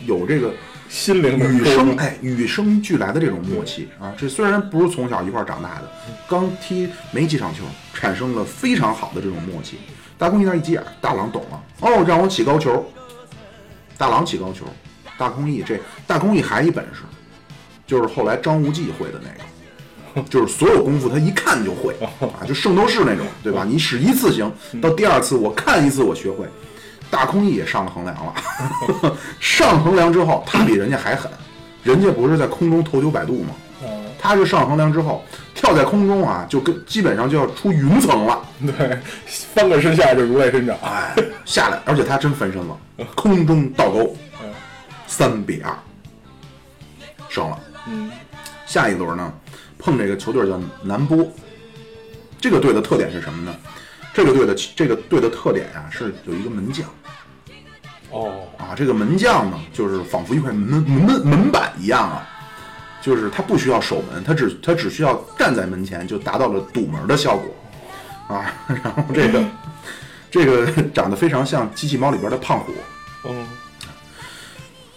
Speaker 1: 有这个
Speaker 2: 心灵的
Speaker 1: 与
Speaker 2: 沟
Speaker 1: 生
Speaker 2: 通。
Speaker 1: 哎与生俱来的这种默契啊，这虽然不是从小一块儿长大的，刚踢没几场球，产生了非常好的这种默契。大空一那一急眼，大郎懂了，哦，让我起高球，大郎起高球，大空翼这大空翼还一本事，就是后来张无忌会的那个，就是所有功夫他一看就会啊，就圣斗士那种，对吧？你使一次行，到第二次我看一次我学会。大空翼也上了横梁了， 上横梁之后他比人家还狠，人家不是在空中头九百度吗？
Speaker 2: 嗯，
Speaker 1: 他是上横梁之后跳在空中啊，就跟基本上就要出云层了。
Speaker 2: 对，翻个身下就如来神掌。
Speaker 1: 哎，下来，而且他真翻身了，空中倒钩，
Speaker 2: 嗯
Speaker 1: 三比二，胜了。
Speaker 2: 嗯，
Speaker 1: 下一轮呢，碰这个球队叫南波，这个队的特点是什么呢？这个队的这个队的特点啊，是有一个门将
Speaker 2: 哦，
Speaker 1: 啊，这个门将呢，就是仿佛一块门门门板一样啊，就是他不需要守门，他只他只需要站在门前就达到了堵门的效果啊。 然后这
Speaker 2: 嗯
Speaker 1: 个这个 长得非常像《机器猫》里边的胖虎，
Speaker 2: 嗯，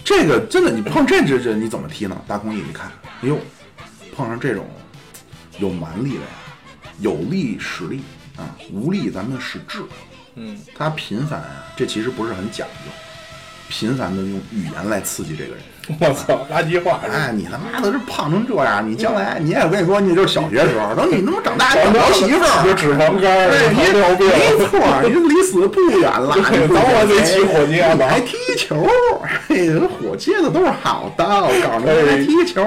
Speaker 1: 这个真的，你碰这这这你怎么踢呢？大空翼，你看，哎呦，碰上这种有蛮力的呀，有力使力啊，无力咱们使智。
Speaker 2: 嗯，
Speaker 1: 他频繁啊，这其实不是很讲究，频繁的用语言来刺激这个人。
Speaker 2: 我操，垃圾话是吧？
Speaker 1: 哎，你他妈的这胖成这样，你将来你也我跟你说，你就是小学时候，等你他妈长大
Speaker 2: 嗯长
Speaker 1: 找不
Speaker 2: 大
Speaker 1: 着
Speaker 2: 了
Speaker 1: 媳妇儿
Speaker 2: 有
Speaker 1: 了，
Speaker 2: 脂肪肝儿，
Speaker 1: 对，哎
Speaker 2: 糖
Speaker 1: 你
Speaker 2: 尿
Speaker 1: 没
Speaker 2: 病，
Speaker 1: 错儿，你离死不远了。
Speaker 2: 对早晚得起火
Speaker 1: 你
Speaker 2: 箭嘛
Speaker 1: 还踢球？嘿，这火箭的都是好的。我告诉你，
Speaker 2: 哎
Speaker 1: 你还踢球？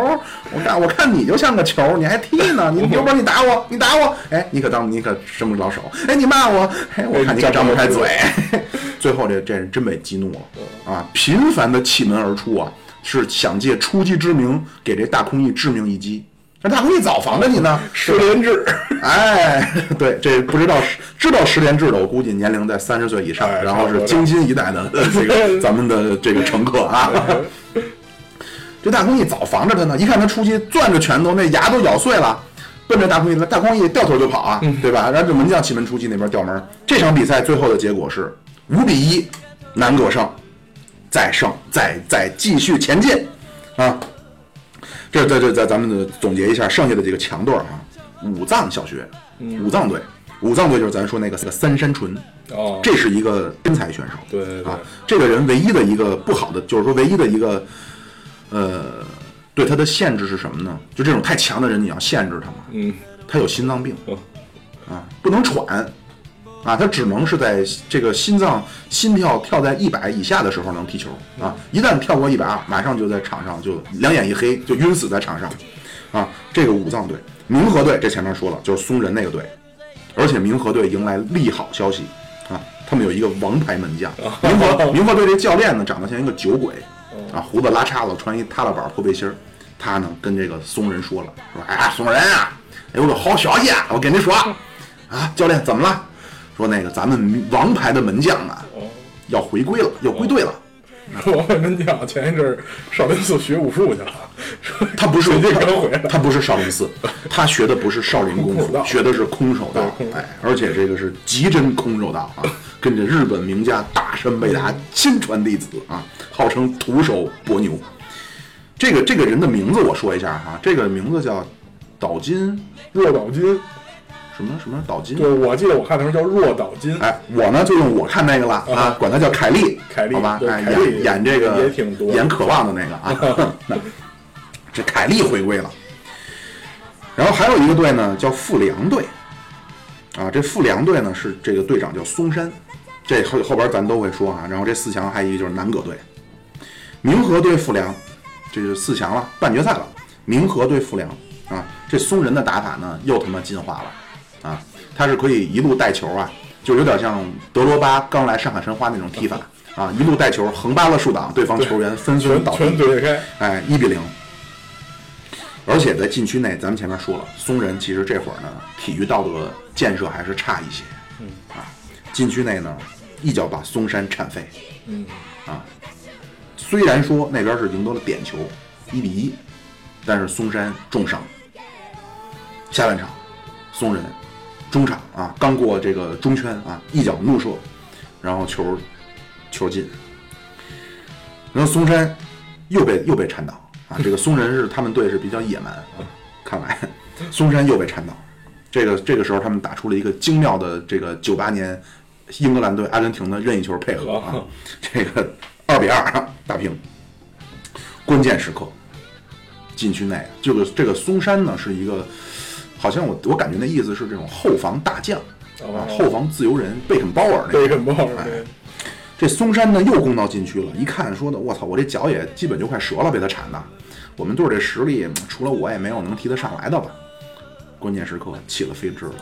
Speaker 1: 我看我看你就像个球，你还踢呢？你有本事你打我，你打我！哎，你可当你可伸不着手。哎，你骂我，哎，我看你可张不开嘴。 最后这这人真被激怒了啊！频繁的弃门而出啊，是想借出击之名给这大空翼致命一击。那大空翼早防着你呢，
Speaker 2: 失联制。
Speaker 1: 哎，对，这不知道知道十连制的，我估计年龄在三十岁以上，
Speaker 2: 哎
Speaker 1: 然后
Speaker 2: 差不
Speaker 1: 是
Speaker 2: 多
Speaker 1: 京津一带的这 个咱们的这个乘客啊。这大空翼早防着他呢，一看他出去攥着拳头，那牙都咬碎了，奔着大空翼来，大空翼掉头就跑啊，
Speaker 2: 嗯
Speaker 1: 对吧？然后这门将气门出击那边掉门。这场比赛最后的结果是五比一，南葛胜，再胜，再再继续前进，啊，这这这咱咱们的总结一下剩下的这个强队儿啊，武藏小学，
Speaker 2: 嗯
Speaker 1: 武藏队，武藏队就是咱说那个那个三山纯，
Speaker 2: 哦，
Speaker 1: 这是一个天才选手，
Speaker 2: 对对对
Speaker 1: 啊，这个人唯一的一个不好的，就是说唯一的一个，呃，对他的限制是什么呢？就这种太强的人，你要限制他嘛，
Speaker 2: 嗯，
Speaker 1: 他有心脏病
Speaker 2: 哦，
Speaker 1: 啊，不能喘，啊，他只能是在这个心脏心跳跳在一百以下的时候能踢球啊，一旦跳过一百二，啊马上就在场上就两眼一黑，就晕死在场上，啊，这个武藏队，明和队这前面说了，就是松仁那个队，而且明和队迎来利好消息啊，他们有一个王牌门将，明和明和队这教练呢长得像一个酒鬼啊，胡子拉碴子，穿一塌拉板破背心儿，他呢跟这个松仁说了，说哎呀松仁啊，哎我有好消息啊，我跟你说啊，教练怎么了？说那个咱们王牌的门将啊
Speaker 2: 哦，
Speaker 1: 要回归了，要归队了。
Speaker 2: 我跟你讲，前一阵儿少林寺学武术去了，说
Speaker 1: 他不是
Speaker 2: 最近刚回来
Speaker 1: 他他不是少林寺，他学的不是少林功
Speaker 2: 空手
Speaker 1: 夫，
Speaker 2: 道
Speaker 1: 学的是空手道
Speaker 2: 对空。手
Speaker 1: 哎，而且这个是极真空手道啊，跟着日本名家大山倍达亲传弟子啊，号称徒手搏牛。这个这个人的名字我说一下哈、这个名字叫岛津
Speaker 2: 弱岛金，
Speaker 1: 什么什么岛津啊
Speaker 2: 对，我记得我看的时候叫弱岛金，
Speaker 1: 哎，我呢就用我看那个了啊
Speaker 2: 啊，
Speaker 1: 管他叫凯莉，
Speaker 2: 凯莉
Speaker 1: 好吧，
Speaker 2: 对
Speaker 1: 哎，
Speaker 2: 凯莉
Speaker 1: 演演这个
Speaker 2: 也挺多
Speaker 1: 演渴望的那个 啊，那这凯莉回归了。然后还有一个队呢叫富良队，啊，这富良队呢是这个队长叫松山，这后后边咱都会说啊。然后这四强还有一个就是南葛队，明和对富良，这是四强了，半决赛了。明和对富良啊，这松仁的打法呢又他妈进化了啊，他是可以一路带球啊，就有点像德罗巴刚来上海申花那种踢法啊，一路带球横扒拉竖挡，对方球员纷纷
Speaker 2: 全
Speaker 1: 倒
Speaker 2: 全
Speaker 1: 地，
Speaker 2: 怼开，
Speaker 1: 哎，一比零。而且在禁区内，咱们前面说了，松仁其实这会儿呢，体育道德建设还是差一些。嗯啊，禁区内呢，一脚把松山铲飞。
Speaker 2: 嗯
Speaker 1: 虽然说那边是赢得了点球，一比一，但是松山重伤。下半场，松仁中场啊，刚过这个中圈啊，一脚怒射，然后球球进。然后松山又被又被缠倒啊！这个松人是他们队是比较野蛮，啊看来 松山又被缠倒。这个这个时候，他们打出了一个精妙的这个九八年英格兰对阿根廷的任意球配合啊，这个二比二打平。关键时刻，禁区内这个这个松山呢是一个，好像我我感觉那意思是这种后防大将啊，
Speaker 2: 哦
Speaker 1: 后防自由人贝肯鲍尔那
Speaker 2: 贝
Speaker 1: 个。
Speaker 2: 肯鲍尔
Speaker 1: 哎
Speaker 2: 对
Speaker 1: 这松山呢又攻到禁区了，一看说的，我操，我这脚也基本就快折了，被他铲的。我们队这实力，嗯除了我也没有能踢得上来的了。关键时刻起了飞智了，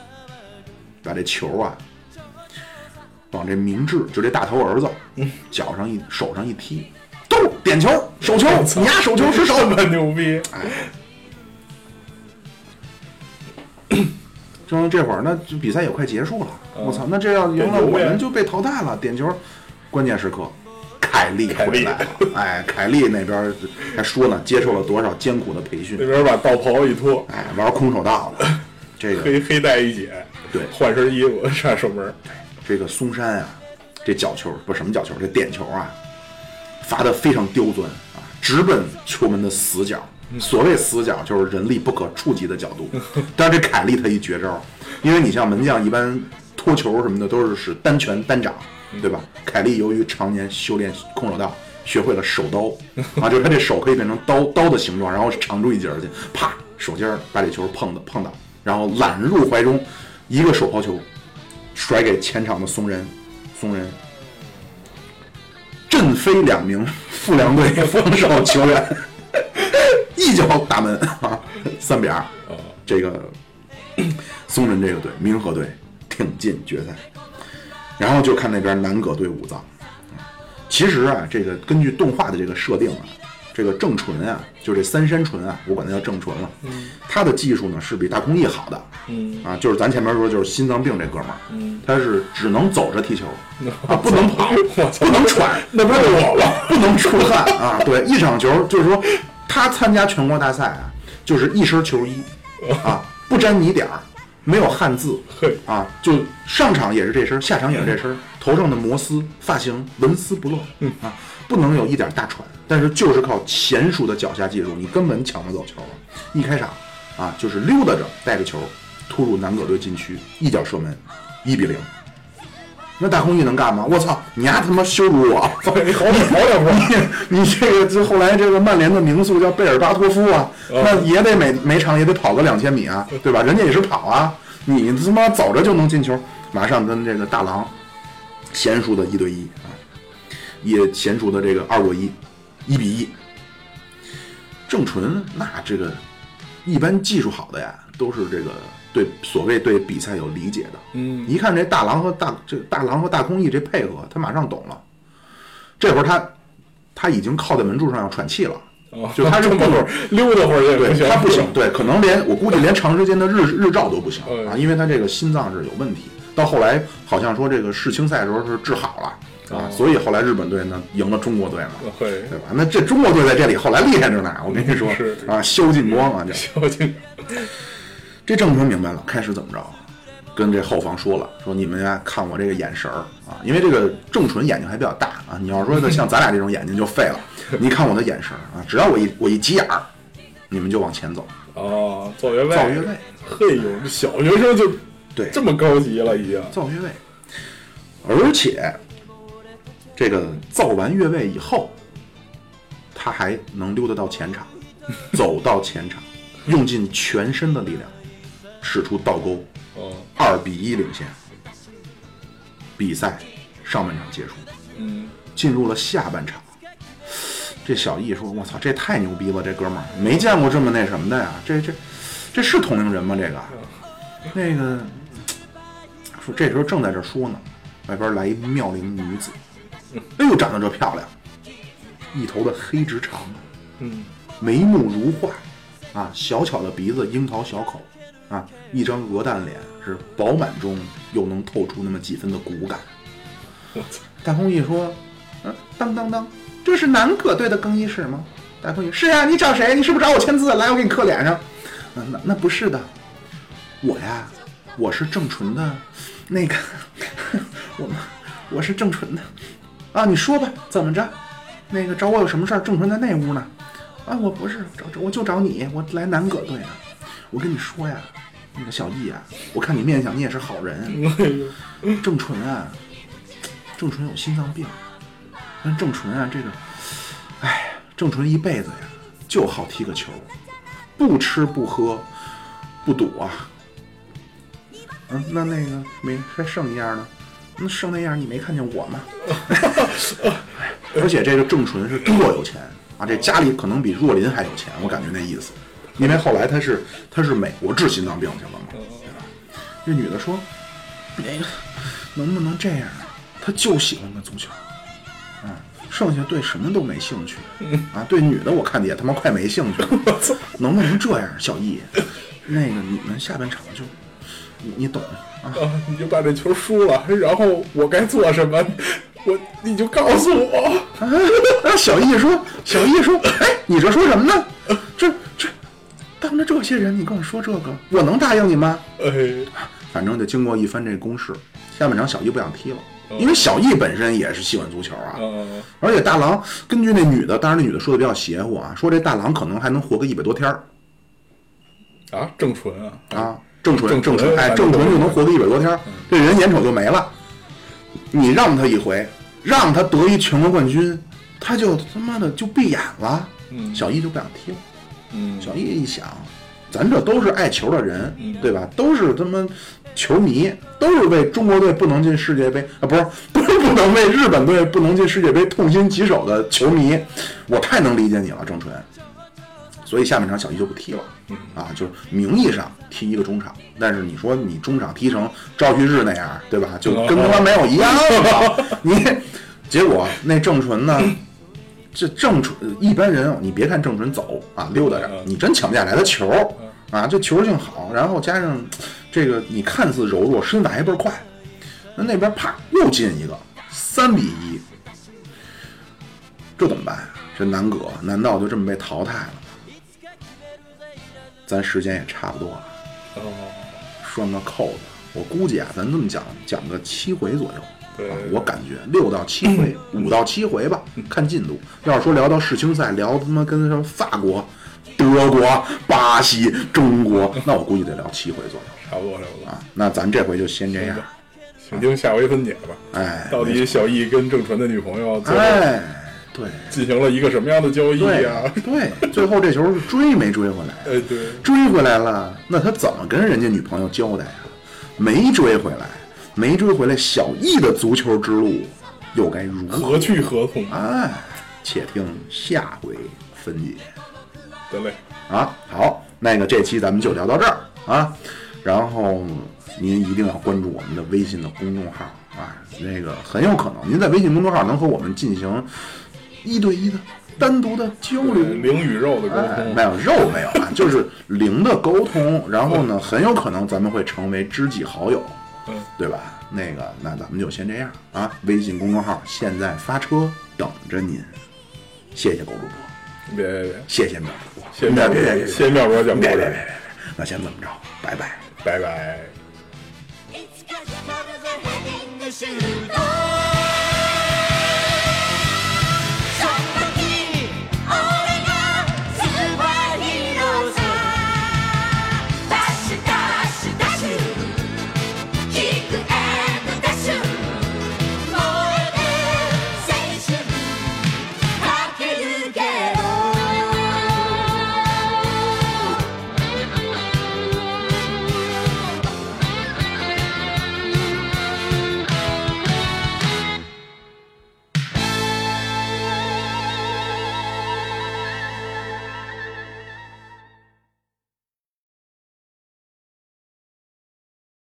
Speaker 1: 把这球啊往这明智，就这大头儿子，
Speaker 2: 嗯
Speaker 1: 脚上一手上一踢，咚，点球，手球，你丫手球失手，
Speaker 2: 这么牛逼，
Speaker 1: 就这会儿，那就比赛也快结束了。
Speaker 2: 嗯
Speaker 1: 我操，那这要赢
Speaker 2: 点
Speaker 1: 了，
Speaker 2: 球
Speaker 1: 我
Speaker 2: 呗
Speaker 1: 们就被淘汰了。点球，关键时刻，凯利
Speaker 2: 凯
Speaker 1: 回
Speaker 2: 利
Speaker 1: 来了。哎，凯利那边还说呢，接受了多少艰苦的培
Speaker 2: 那
Speaker 1: 训，
Speaker 2: 边把道袍一脱，
Speaker 1: 哎，玩空手道了。这个
Speaker 2: 黑黑带一解，
Speaker 1: 对
Speaker 2: 换身衣服上守门，
Speaker 1: 这个松山啊，这角球不是什么角球，这点球啊，罚得非常刁钻啊，直奔球门的死角。所谓死角，就是人力不可触及的角度。但是这凯利他一绝招，因为你像门将一般托球什么的都是使单拳单掌，对吧？凯利由于常年修炼空手道，学会了手刀啊，就是他这手可以变成刀刀的形状，然后长出一截儿去，啪，手尖儿把这球碰的碰到，然后揽入怀中，一个手抛球，甩给前场的松人，松人震飞两名富良队 防守球员， 一脚打门 啊，三比二。这个 松人这个队，民和队挺进决赛，然后就看那边南葛队武藏。其实啊，这个根据动画的这个设定啊，这个郑纯啊，就这三山纯啊，我管他叫郑纯了，他的技术呢是比大空翼好的，
Speaker 2: 嗯
Speaker 1: 啊，就是咱前面说，就是心脏病这哥们儿，
Speaker 2: 嗯
Speaker 1: 他是只能走着踢 球，啊，不能跑，
Speaker 2: 我操
Speaker 1: 不能喘，
Speaker 2: 那不是我吗？
Speaker 1: 不能出汗啊。对，一场球就是说，他参加全国大赛啊，就是一身球 衣啊，不沾泥点儿，没有汗渍
Speaker 2: 嘿
Speaker 1: 啊，就上场也是这身儿，下场也是这身儿，头上的摩丝发型纹丝不漏啊，不能有一点大喘，但是就是靠娴熟的脚下技术，你根本抢不走球。一开场啊，就是溜达着带着球突入南葛队禁区，一脚射门，一比零。那大空翼能干吗？我操，你丫他妈羞辱我！
Speaker 2: 你 好点好点不？
Speaker 1: 你你这个这后来这个曼联的名宿叫贝尔巴托夫啊，
Speaker 2: 哦
Speaker 1: 那也得每每场也得跑个两千米啊，对吧？人家也是跑啊，你他妈走着就能进球，马上跟这个大郎娴熟的一对一啊，也娴熟的这个二过一，一比一。郑纯那这个一般技术好的呀，都是这个对所谓对比赛有理解的，
Speaker 2: 嗯，
Speaker 1: 一看这大郎和大这大郎和大空翼这配合，他马上懂了。这会儿他他已经靠在门柱上要喘气了，
Speaker 2: 哦
Speaker 1: 就他是
Speaker 2: 这么
Speaker 1: 不
Speaker 2: 会儿溜达会儿也
Speaker 1: 对
Speaker 2: 不行，
Speaker 1: 他不 行，对，可能连我估计连长时间的日日照都不行
Speaker 2: 嗯
Speaker 1: 啊，因为他这个心脏是有问题。到后来好像说这个世青赛的时候是治好了啊，
Speaker 2: 哦
Speaker 1: 所以后来日本队呢赢了中国队嘛，
Speaker 2: 会
Speaker 1: 对吧？那这中国队在这里后来厉害着呢，我跟你说
Speaker 2: 是
Speaker 1: 啊，萧劲光啊，这
Speaker 2: 小警
Speaker 1: 这郑成明白了，开始怎么着？跟这后防说了，说你们呀，看我这个眼神儿啊，因为这个郑纯眼睛还比较大啊，你要说的像咱俩这种眼睛就 废了。你看我的眼神儿啊，只要我一我一急眼儿，你们就往前走，
Speaker 2: 哦，造越位，
Speaker 1: 造越位，
Speaker 2: 嘿呦，这小学生就
Speaker 1: 对
Speaker 2: 这么高级了已经，
Speaker 1: 造越位。而且这个造完越位以后，他还能溜达到前 场，走到前场，用尽全身的力量，使出倒钩，
Speaker 2: 哦，
Speaker 1: 二比一领先。比赛上半场结束，
Speaker 2: 嗯，
Speaker 1: 进入了下半场。这小易说：“我操，这太牛逼了，这哥们儿没见过这么那什么的呀！这这这是同龄人吗？这个那个说这时候正在这说呢，外边来一妙龄女子，哎呦，长得这漂亮，一头的黑直长啊，
Speaker 2: 嗯，
Speaker 1: 眉目如画，啊，小巧的鼻子，樱桃小口，啊，一张鹅蛋脸是饱满中又能透出那么几分的骨感。
Speaker 2: 我操，
Speaker 1: 大空翼说：“嗯、当当当，这是南葛队的更衣室吗？”大空翼：“是呀、你找谁？你是不是找我签字？来，我给你刻脸上。嗯，那那不是的，我呀，我是郑纯的，那个，我我是郑纯的。啊，你说吧，怎么着？那个找我有什么事儿？郑纯在那屋呢。啊，我不是找，我就找你，我来南葛队呢。我跟你说呀，那个小易啊，我看你面相，你也是好人。郑纯啊，郑纯有心脏病，但郑纯啊，这个，哎，郑纯一辈子呀，就好踢个球，不吃不喝，不赌啊。嗯，那那个没还剩一样呢，那剩那样你没看见我吗？ 而且这个郑纯是特有钱啊，这家里可能比若林还有钱，我感觉那意思。因为后来他是他是美国治心脏病去了嘛，对吧？这女的说，那个能不能这样啊？他就喜欢个足球，啊，剩下对什么都没兴趣，啊，对女的我看的也他妈快没兴趣了，能不能这样，小易？那个你们下半场就，你你懂啊？
Speaker 2: 啊，你就把这球输了，然后我该做什么？我你就告诉我，
Speaker 1: 啊，小易说，小易说，哎，你这说什么呢？这这，当着这些人你跟我说这个，我能答应你吗？
Speaker 2: 哎，
Speaker 1: 反正就经过一番这攻势，下半场小易不想踢了，因为小易本身也是喜欢足球啊，
Speaker 2: 啊，
Speaker 1: 而且大郎根据那女的，当然那女的说的比较邪乎啊，说这大郎可能还能活个一百多天儿
Speaker 2: 啊，郑纯啊，
Speaker 1: 啊，郑纯
Speaker 2: 郑
Speaker 1: 郑
Speaker 2: 纯嗯
Speaker 1: 纯，哎，
Speaker 2: 反
Speaker 1: 郑
Speaker 2: 正
Speaker 1: 纯就
Speaker 2: 都
Speaker 1: 能活个一百多天儿，这人眼瞅就没了，你让他一回，让他得一全国冠军，他就他妈的就闭眼了，
Speaker 2: 嗯
Speaker 1: 小易就不想踢了。
Speaker 2: 嗯，
Speaker 1: 小易一想，咱这都是爱球的人，对吧？都是他妈球迷，都是为中国队不能进世界杯啊，不是， 都是不能为日本队不能进世界杯痛心疾首的球迷。我太能理解你了，郑纯。所以下半场小易就不踢了，啊，就是名义上踢一个中场，但是你说你中场踢成赵旭日那样，对吧？就跟他妈没有一样了。 你结果那郑纯呢？这郑纯一般人啊，你别看郑纯走啊溜达着
Speaker 2: 嗯，
Speaker 1: 你真抢不下来他球啊，这球性好，然后加上这个你看似柔弱，身法还倍儿快，那那边啪又进一个三比一，这怎么办啊？这南葛难道就这么被淘汰了吗？咱时间也差不多了，
Speaker 2: 哦，
Speaker 1: 拴个扣子，我估计啊，咱这么讲讲个七回左右。
Speaker 2: 对嗯
Speaker 1: 啊，我感觉六到七回，五到七回吧，看进度。要是说聊到世青赛，聊他妈跟什么法国、德国、巴西、中国，那我估计得聊七回左右
Speaker 2: 差不多差不多，
Speaker 1: 啊。那咱这回就先这样，
Speaker 2: 请听下回分解吧。
Speaker 1: 哎，
Speaker 2: 到底小易跟郑纯的女朋友最后
Speaker 1: 哎，对
Speaker 2: 进行了一个什么样的交易
Speaker 1: 对呃
Speaker 2: 啊？
Speaker 1: 对，最后这球是追没追回来？
Speaker 2: 哎，对，
Speaker 1: 追回来了，那他怎么跟人家女朋友交代啊？没追回来，没追回来，小易的足球之路又该如何？
Speaker 2: 何去何从？
Speaker 1: 哎，且听下回分解
Speaker 2: 得嘞，
Speaker 1: 啊。好，那个这期咱们就聊到这儿啊。然后您一定要关注我们的微信的公众号啊，那个很有可能您在微信公众号能和我们进行一对一的单独的交流。
Speaker 2: 灵与肉的沟
Speaker 1: 哎，
Speaker 2: 通
Speaker 1: 没，有肉没有啊，就是零的沟通。然后呢，很有可能咱们会成为知己好友，
Speaker 2: 嗯，
Speaker 1: 对吧？那个，那咱们就先这样啊。微信公众号现在发车，等着您。谢谢狗主播，
Speaker 2: 别别别，
Speaker 1: 谢谢淼主播，
Speaker 2: 谢
Speaker 1: 别
Speaker 2: 谢妙
Speaker 1: 嗯别别
Speaker 2: 哥，
Speaker 1: 别
Speaker 2: 谢谢妙哥讲故
Speaker 1: 别别别别
Speaker 2: 事，
Speaker 1: 别，那先这么着，拜拜。
Speaker 2: 拜拜。
Speaker 3: It's got part of the heading machine.